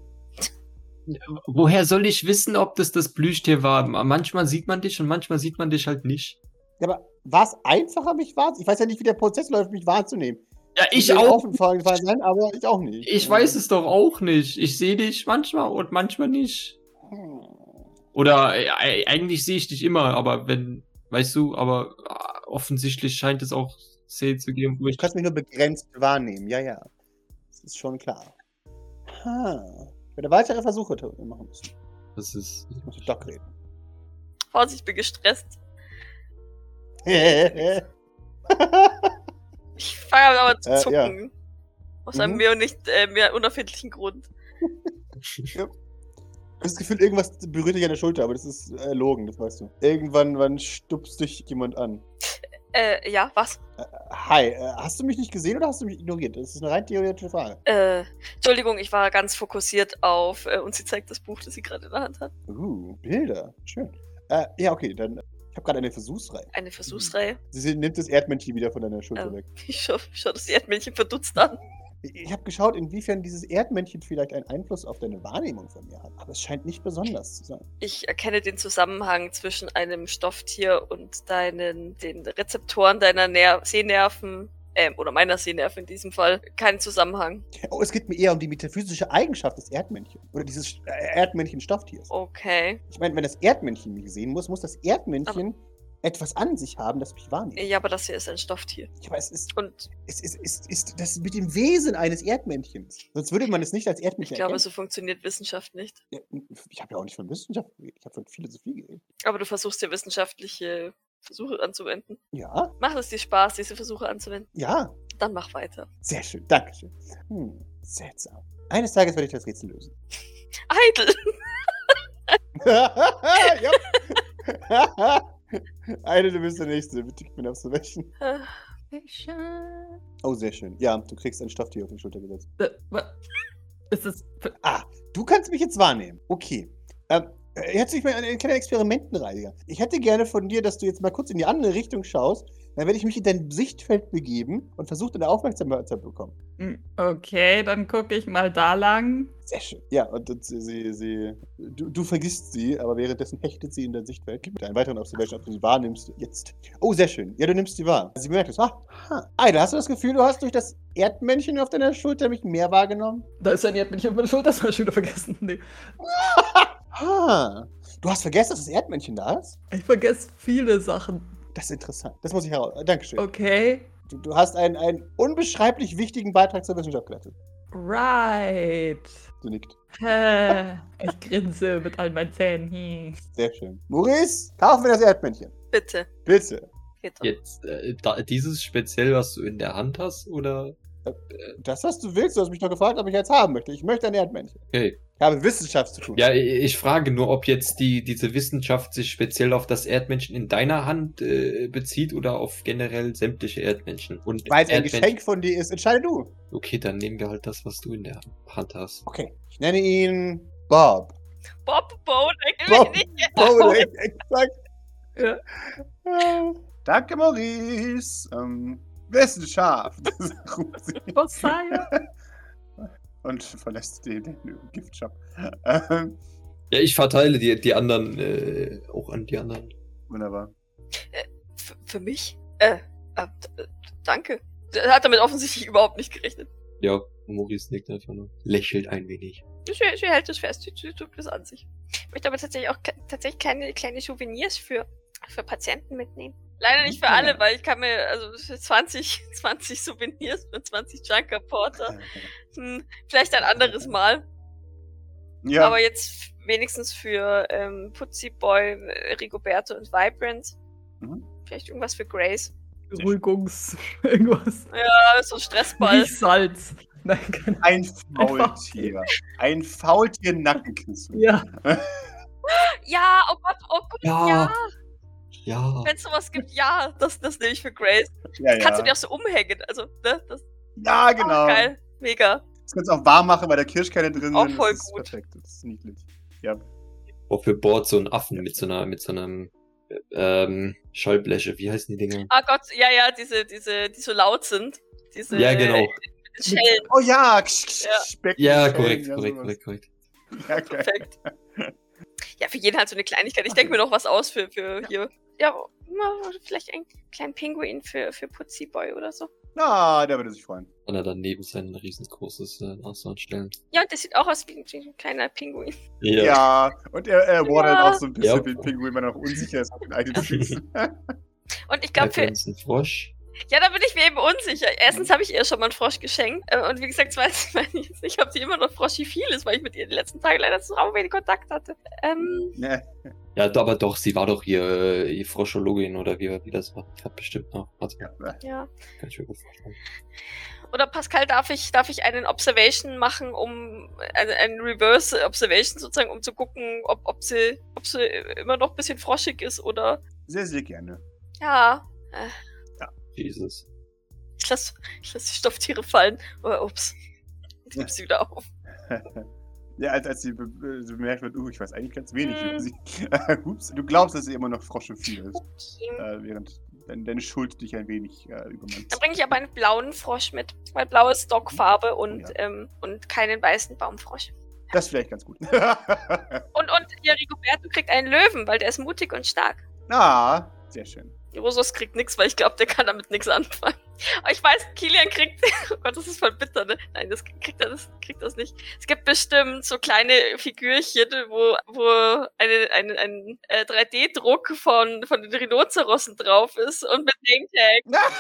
[SPEAKER 5] Woher soll ich wissen, ob das das Plüschtier war? Ma- Manchmal sieht man dich und manchmal sieht man dich halt nicht.
[SPEAKER 3] Ja, aber war es einfacher, mich wahrzunehmen? Ich weiß ja nicht, wie der Prozess läuft, mich wahrzunehmen.
[SPEAKER 5] Ja, ich
[SPEAKER 3] bin
[SPEAKER 5] auch.
[SPEAKER 3] offen vor gefallen sein, aber ich auch nicht. Hm.
[SPEAKER 5] Ich weiß es doch auch nicht. Ich sehe dich manchmal und manchmal nicht.
[SPEAKER 3] Hm.
[SPEAKER 5] Oder äh, e- eigentlich sehe ich dich immer, aber wenn, weißt du, aber äh, offensichtlich scheint es auch Szenen zu geben, wo ich.
[SPEAKER 3] Du kannst mich nur begrenzt wahrnehmen, ja, ja. Das ist schon klar. Ha. Ich werde weitere Versuche t- machen müssen.
[SPEAKER 5] Das ist.
[SPEAKER 3] Ich muss mit Doc reden.
[SPEAKER 2] Vorsicht, ich bin gestresst. Ich fange aber zu
[SPEAKER 3] Äh, ja.
[SPEAKER 2] zucken. Aus einem
[SPEAKER 3] Mhm.
[SPEAKER 2] mir nicht äh, mir unerfindlichen Grund.
[SPEAKER 3] das Gefühl, irgendwas berührt dich an der Schulter, aber das ist erlogen, das weißt du. Irgendwann wann stupst dich jemand an.
[SPEAKER 2] Äh, ja, was?
[SPEAKER 3] Hi, äh, hast du mich nicht gesehen oder hast du mich ignoriert? Das ist eine rein theoretische Frage.
[SPEAKER 2] Äh, Entschuldigung, ich war ganz fokussiert auf, äh, und sie zeigt das Buch, das sie gerade in der Hand hat.
[SPEAKER 3] Uh, Bilder. Schön. Äh, ja, okay, dann. Ich habe gerade eine Versuchsreihe.
[SPEAKER 2] Eine Versuchsreihe.
[SPEAKER 3] Sie, sie nimmt das Erdmännchen wieder von deiner Schulter
[SPEAKER 2] Ähm.
[SPEAKER 3] weg.
[SPEAKER 2] Ich schaue schau das Erdmännchen verdutzt an.
[SPEAKER 3] Ich, ich habe geschaut, inwiefern dieses Erdmännchen vielleicht einen Einfluss auf deine Wahrnehmung von mir hat. Aber es scheint nicht besonders zu sein.
[SPEAKER 2] Ich erkenne den Zusammenhang zwischen einem Stofftier und deinen, den Rezeptoren deiner Ner Sehnerven, ähm, oder meiner Sehnerven in diesem Fall. Kein Zusammenhang.
[SPEAKER 3] Oh, es geht mir eher um die metaphysische Eigenschaft des Erdmännchens. Oder dieses äh, Erdmännchen-Stofftiers.
[SPEAKER 2] Oh. Okay.
[SPEAKER 3] Ich meine, wenn das Erdmännchen mich sehen muss, muss das Erdmännchen etwas an sich haben, das mich wahrnimmt.
[SPEAKER 2] Ja, aber das hier ist ein Stofftier.
[SPEAKER 3] Ja, aber es ist,
[SPEAKER 2] Und
[SPEAKER 3] es ist, ist, ist das mit dem Wesen eines Erdmännchens. Sonst würde man es nicht als
[SPEAKER 2] ich
[SPEAKER 3] Erdmännchen
[SPEAKER 2] glaube,
[SPEAKER 3] erkennen.
[SPEAKER 2] so funktioniert Wissenschaft nicht.
[SPEAKER 3] Ja, Ich habe ja auch nicht von Wissenschaft geredet, ich habe von Philosophie geredet.
[SPEAKER 2] Aber du versuchst dir wissenschaftliche Versuche anzuwenden.
[SPEAKER 3] Ja,
[SPEAKER 2] Macht es dir Spaß, diese Versuche anzuwenden?
[SPEAKER 3] Ja,
[SPEAKER 2] Dann mach weiter.
[SPEAKER 3] sehr schön, dankeschön. Hm, seltsam. Eines Tages werde ich das Rätsel lösen.
[SPEAKER 2] Eitel!
[SPEAKER 3] Ja. Eine, du bist der nächste. Bitte gib mir eine Observation. Oh, sehr schön. Ja, du kriegst ein Stofftier auf die Schulter gesetzt.
[SPEAKER 4] Äh, wa- Ist das.
[SPEAKER 3] Du kannst mich jetzt wahrnehmen. Okay. Ähm, äh, jetzt ich mal eine kleine Experimentenreihe. Ich hätte gerne von dir, dass du jetzt mal kurz in die andere Richtung schaust. Dann werde ich mich in dein Sichtfeld begeben und versuche deine Aufmerksamkeit zu bekommen.
[SPEAKER 4] Hm.
[SPEAKER 7] Okay, dann gucke ich mal da lang.
[SPEAKER 3] Sehr schön. Ja, und dann sie, sie, sie du, du vergisst sie, aber währenddessen hechtet sie in dein Sichtfeld. Gib mir einen weiteren Observation, ob du sie wahrnimmst. Jetzt. Oh, sehr schön. Ja, du nimmst sie wahr. Sie merkt es. Ah, ha. Ei, da hast du das Gefühl, du hast durch das Erdmännchen auf deiner Schulter mich mehr wahrgenommen?
[SPEAKER 4] Da ist ein Erdmännchen auf meiner Schulter, das habe ich wieder vergessen. Nee.
[SPEAKER 3] Ha. Du hast vergessen, dass das Erdmännchen da ist?
[SPEAKER 4] Ich vergesse viele Sachen.
[SPEAKER 3] Das ist interessant. Das muss ich heraus. äh, Dankeschön.
[SPEAKER 4] Okay.
[SPEAKER 3] Du, du hast einen, einen unbeschreiblich wichtigen Beitrag zur Wissenschaft geleistet.
[SPEAKER 4] Right.
[SPEAKER 3] Du nickt.
[SPEAKER 4] Hä. ich grinse mit all meinen Zähnen. Hm.
[SPEAKER 3] Sehr schön. Maurice, kauf mir das Erdmännchen.
[SPEAKER 2] Bitte.
[SPEAKER 3] Bitte.
[SPEAKER 2] Geht doch.
[SPEAKER 5] Jetzt, äh, da, dieses speziell, was du in der Hand hast, oder?
[SPEAKER 3] Das, was du willst, du hast mich doch gefragt, ob ich eins haben möchte. Ich möchte ein Erdmännchen.
[SPEAKER 5] Okay.
[SPEAKER 3] Ich habe mit Wissenschaft zu tun.
[SPEAKER 5] Ja, ich, ich frage nur, ob jetzt die, diese Wissenschaft sich speziell auf das Erdmännchen in deiner Hand äh, bezieht oder auf generell sämtliche Erdmännchen. Und
[SPEAKER 3] Weil es ein
[SPEAKER 5] Erdmännchen-
[SPEAKER 3] Geschenk von dir ist, entscheide du.
[SPEAKER 5] Okay, dann nehmen wir halt das, was du in der Hand hast.
[SPEAKER 3] Okay. Ich nenne ihn Bob.
[SPEAKER 2] Bob Bowdeck
[SPEAKER 3] Bob.
[SPEAKER 2] will ich nicht.
[SPEAKER 3] Bob, exakt.
[SPEAKER 4] Ja.
[SPEAKER 3] Ja. Danke, Maurice. Ähm, Wissenschaft. ruft sie
[SPEAKER 4] Messiah.
[SPEAKER 3] und verlässt den, den Giftshop. Ähm,
[SPEAKER 5] Ja, ich verteile die, die anderen äh, auch an die anderen.
[SPEAKER 3] wunderbar.
[SPEAKER 2] F- Für mich? Äh, äh, d- äh, danke. Er hat damit offensichtlich überhaupt nicht gerechnet.
[SPEAKER 5] Ja, Maurice nickt einfach nur. Lächelt ein wenig.
[SPEAKER 2] Sie, sie hält es fest, sie, sie tut es an sich. Ich möchte aber tatsächlich auch ke- tatsächlich keine kleine Souvenirs für, für Patienten mitnehmen. Hm, Leider nicht für alle, weil ich kann mir, also für 20, 20 Souvenirs für 20 Junker Porter. Hm, vielleicht ein anderes Mal.
[SPEAKER 3] Ja,
[SPEAKER 2] Aber jetzt wenigstens für ähm, Putzi Boy, äh, Rigoberto und Vibrant.
[SPEAKER 3] Mhm.
[SPEAKER 2] Vielleicht irgendwas für Grace.
[SPEAKER 4] Beruhigungs. Irgendwas.
[SPEAKER 2] Ja, so ein Stressball.
[SPEAKER 4] Nicht Salz. Nein, keine
[SPEAKER 3] ein Faultier. Ein Faultier-Nackenkissen.
[SPEAKER 4] Ja,
[SPEAKER 2] Ja, oh Gott, oh Gott, ja.
[SPEAKER 5] Ja. Ja.
[SPEAKER 2] Wenn es sowas gibt, ja, das, das nehme ich für Grace.
[SPEAKER 3] Ja,
[SPEAKER 2] Kannst du dir
[SPEAKER 3] ja.
[SPEAKER 2] auch so umhängen. Also, ne, das ist
[SPEAKER 3] ja genau.
[SPEAKER 2] geil. Mega.
[SPEAKER 3] Das kannst du auch warm machen, weil da Kirschkerne drin
[SPEAKER 2] Auch
[SPEAKER 3] sind.
[SPEAKER 2] voll
[SPEAKER 3] das ist
[SPEAKER 2] gut.
[SPEAKER 3] Perfekt. Das ist niedlich.
[SPEAKER 5] Wofür bohrt so ein Affen mit so einer, mit so einem ähm, Schallbleche? Wie heißen die Dinger?
[SPEAKER 2] Ah Gott, ja, ja, diese, diese, die so laut sind. Diese
[SPEAKER 5] Ja, genau.
[SPEAKER 2] Schellen,
[SPEAKER 3] Oh ja, ja. äh,
[SPEAKER 5] Ja, korrekt, korrekt, korrekt, korrekt.
[SPEAKER 3] Ja, geil.
[SPEAKER 2] perfekt. ja, für jeden halt so eine Kleinigkeit. Ich denke mir noch was aus für, für hier. Ja, na, vielleicht einen kleinen Pinguin für, für Putzi Boy oder so.
[SPEAKER 3] Na, Ah, der würde sich freuen.
[SPEAKER 5] Kann er daneben sein riesengroßes äh, Nashorn stellen?
[SPEAKER 2] Ja, und das sieht auch aus wie ein, wie ein kleiner Pinguin.
[SPEAKER 3] Ja. Und er, er wardert
[SPEAKER 2] Ja.
[SPEAKER 3] auch so ein bisschen
[SPEAKER 5] Ja.
[SPEAKER 3] wie ein Pinguin, wenn er noch unsicher ist auf den eigenen Füßen.
[SPEAKER 2] Und ich
[SPEAKER 5] Ja,
[SPEAKER 2] glaube,
[SPEAKER 5] für
[SPEAKER 2] für.
[SPEAKER 5] uns ein Frosch.
[SPEAKER 2] Ja, da bin ich mir eben unsicher. Erstens habe ich ihr schon mal einen Frosch geschenkt. Äh, Und wie gesagt, zweitens weiß ich jetzt nicht, ob sie immer noch Froschi viel ist, weil ich mit ihr die letzten Tage leider so wenig Kontakt hatte. Ähm,
[SPEAKER 3] ne.
[SPEAKER 5] Ja, d- aber doch, sie war doch hier äh, die Froschologin oder wie, wie das war. Hat bestimmt noch. Also,
[SPEAKER 3] ja.
[SPEAKER 2] ja.
[SPEAKER 5] kann ich mir gut vorstellen.
[SPEAKER 2] Oder Pascal, darf ich, darf ich einen Observation machen, um also einen Reverse Observation sozusagen, um zu gucken, ob, ob sie ob sie immer noch ein bisschen froschig ist oder
[SPEAKER 3] Sehr, sehr gerne.
[SPEAKER 2] ja.
[SPEAKER 5] Jesus.
[SPEAKER 2] Ich lass, ich lass die Stofftiere fallen. Oder ups. Jetzt gib sie wieder auf.
[SPEAKER 3] Ja, als, als sie be äh, so bemerkt wird, uh, ich weiß eigentlich ganz wenig
[SPEAKER 2] Hm.
[SPEAKER 3] über sie. Ups, du glaubst, dass sie immer noch Frosch und viel ist,
[SPEAKER 2] Okay.
[SPEAKER 3] äh, während dein, deine Schuld dich ein wenig äh, übermannt.
[SPEAKER 2] Dann bringe ich aber einen blauen Frosch mit. Weil blau ist Stockfarbe und,
[SPEAKER 3] Oh ja.
[SPEAKER 2] ähm, und keinen weißen Baumfrosch.
[SPEAKER 3] Das ist vielleicht ganz gut.
[SPEAKER 2] Und, und ja, Rigoberto kriegt einen Löwen, weil der ist mutig und stark.
[SPEAKER 3] Na, Ah, sehr schön.
[SPEAKER 2] Rosos kriegt nix, weil ich glaube, der kann damit nix anfangen. Aber ich weiß, Kilian kriegt. Oh Gott, das ist voll bitter, ne? Nein, das kriegt er das, kriegt das nicht. Es gibt bestimmt so kleine Figürchen, wo, wo eine, eine, ein äh, 3D-Druck von, von den Rhinozerossen drauf ist und mit Nametag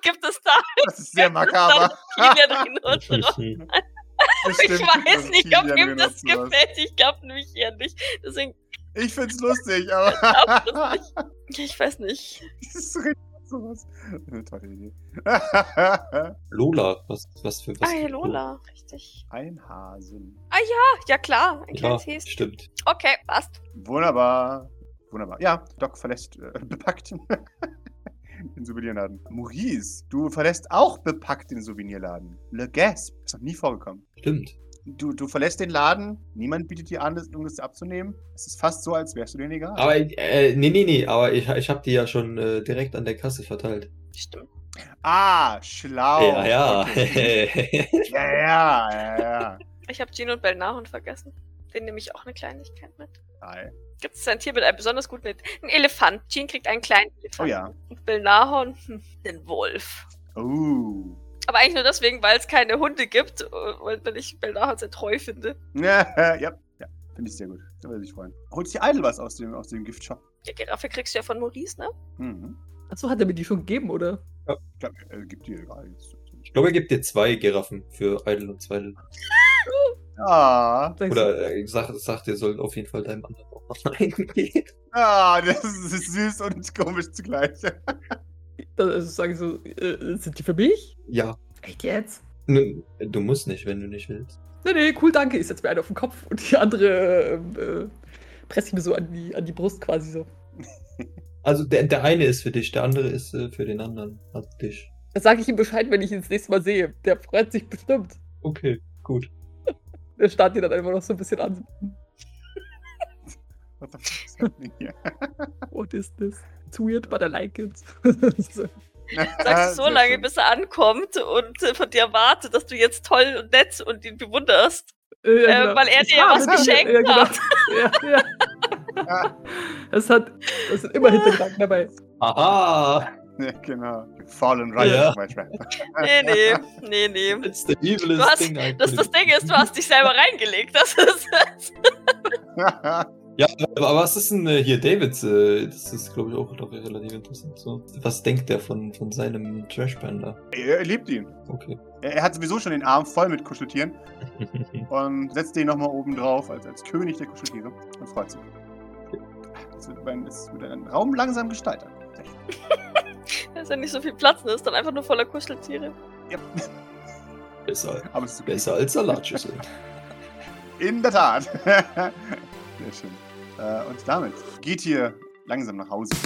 [SPEAKER 2] gibt es da
[SPEAKER 3] Das ist sehr makaber.
[SPEAKER 2] Kilian Rhinozeros. Ich
[SPEAKER 3] Bestimmt gibt
[SPEAKER 2] weiß
[SPEAKER 3] es
[SPEAKER 2] nicht, ob
[SPEAKER 3] Kilian
[SPEAKER 2] ihm das
[SPEAKER 3] Rhinoceros.
[SPEAKER 2] gefällt. Ich glaube nämlich eher nicht. Deswegen,
[SPEAKER 3] Ich find's lustig,
[SPEAKER 2] Auch
[SPEAKER 3] aber.
[SPEAKER 2] ich weiß nicht.
[SPEAKER 3] das ist so richtig sowas. Eine tolle Idee.
[SPEAKER 5] Lola, was, was für was?
[SPEAKER 2] Ah, Lola, richtig.
[SPEAKER 3] Ein Hasen.
[SPEAKER 2] Ach, ja klar, ein
[SPEAKER 5] Ja,
[SPEAKER 2] kleines Häschen.
[SPEAKER 5] stimmt.
[SPEAKER 2] Okay, passt.
[SPEAKER 3] Wunderbar. Wunderbar. Ja, Doc verlässt äh, bepackt den Souvenirladen. Maurice, du verlässt auch bepackt den Souvenirladen. Le Gasp. Ist noch nie vorgekommen.
[SPEAKER 5] Stimmt.
[SPEAKER 3] Du, du verlässt den Laden, niemand bietet dir an, das- um das abzunehmen. Es ist fast so, als wärst du denen egal.
[SPEAKER 5] Aber, äh, nee, nee, nee, aber ich, ich habe die ja schon äh, direkt an der Kasse verteilt.
[SPEAKER 2] Stimmt.
[SPEAKER 3] Ah, schlau.
[SPEAKER 5] ja, ja.
[SPEAKER 3] Okay. ja, ja, ja, ja.
[SPEAKER 2] Ich habe Gino und Belnahon vergessen. Den nehme ich auch eine Kleinigkeit mit.
[SPEAKER 3] Hi.
[SPEAKER 2] Gibt es ein Tier mit einem besonders guten Hit? Ein Elefant. Jean kriegt einen kleinen
[SPEAKER 3] Oh
[SPEAKER 2] Elefant.
[SPEAKER 3] ja.
[SPEAKER 2] Und Belnahon, hm, den Wolf.
[SPEAKER 3] Uh.
[SPEAKER 2] Aber eigentlich nur deswegen, weil es keine Hunde gibt äh, und weil ich Belnahon sehr treu finde.
[SPEAKER 3] ja, ja. Finde ich sehr gut. Da würde ich mich freuen. Holt dir Idle was aus dem, aus dem Giftshop.
[SPEAKER 2] Die Giraffe kriegst du ja von Maurice, ne?
[SPEAKER 3] Mhm.
[SPEAKER 4] Achso, hat er mir die schon gegeben, oder?
[SPEAKER 3] Ich glaube, äh, gibt dir egal. jetzt.
[SPEAKER 5] ich glaube, er gibt dir zwei Giraffen für Idle und Zweidel.
[SPEAKER 3] Ah,
[SPEAKER 4] Denkst du-
[SPEAKER 5] Oder äh, sagt, sagt ihr sollt auf jeden Fall deinem anderen auch noch eingehen.
[SPEAKER 3] ah, das ist süß und komisch zugleich.
[SPEAKER 4] Also sage ich so, äh, sind die für mich?
[SPEAKER 5] Ja.
[SPEAKER 4] Echt jetzt?
[SPEAKER 5] Nun, Du musst nicht, wenn du nicht willst.
[SPEAKER 4] Nee, nee, cool, danke. Ich setze mir eine auf den Kopf und die andere äh, äh, presse ich mir so an die, an die Brust quasi so.
[SPEAKER 5] Also der, der eine ist für dich, der andere ist äh, für den anderen. Also dich.
[SPEAKER 4] Das sage ich ihm Bescheid, wenn ich ihn das nächste Mal sehe. Der freut sich bestimmt.
[SPEAKER 5] Okay, gut.
[SPEAKER 4] Der starrt ihn dann einfach noch so ein bisschen an.
[SPEAKER 3] What the fuck is happening here?
[SPEAKER 4] What is this? It's weird, but I like it.
[SPEAKER 2] Äh,
[SPEAKER 4] so.
[SPEAKER 2] Sagst du so
[SPEAKER 3] Ah, Sehr
[SPEAKER 2] lange,
[SPEAKER 3] schön.
[SPEAKER 2] bis er ankommt und äh, von dir erwartet, dass du jetzt toll und nett und ihn bewunderst.
[SPEAKER 4] Äh,
[SPEAKER 2] Äh, weil er dir ja was geschenkt hat.
[SPEAKER 4] hat. genau. Ja, ja. Das hat, das sind immer Hintergedanken dabei.
[SPEAKER 5] Aha!
[SPEAKER 3] Ja, genau. You fallen right
[SPEAKER 5] Ja.
[SPEAKER 3] into my trap.
[SPEAKER 2] Nee, nee, nee, nee.
[SPEAKER 5] That's the
[SPEAKER 2] Du
[SPEAKER 5] evilest
[SPEAKER 2] hast-
[SPEAKER 5] thing I
[SPEAKER 2] Das, das
[SPEAKER 5] could-
[SPEAKER 2] Ding ist, du hast dich selber reingelegt. Das ist.
[SPEAKER 3] ja,
[SPEAKER 5] Ja, aber was ist denn äh, hier David? Äh, das ist, glaube ich, auch glaub ich, relativ interessant. So. Was denkt der von, von seinem Trashband da?
[SPEAKER 3] Er, er liebt ihn.
[SPEAKER 5] Okay.
[SPEAKER 3] Er, er hat sowieso schon den Arm voll mit Kuscheltieren und setzt den nochmal oben drauf als, als König der Kuscheltiere und freut sich. Es wird, mein, es wird ein Raum langsam gestaltet.
[SPEAKER 2] Da ist ja nicht so viel Platz, ne? Ist dann einfach nur voller Kuscheltiere.
[SPEAKER 3] Ja,
[SPEAKER 5] besser,
[SPEAKER 3] aber es ist okay.
[SPEAKER 5] besser als Salatschüssel.
[SPEAKER 3] In der Tat. Sehr schön. Äh, und damit geht ihr langsam nach Hause.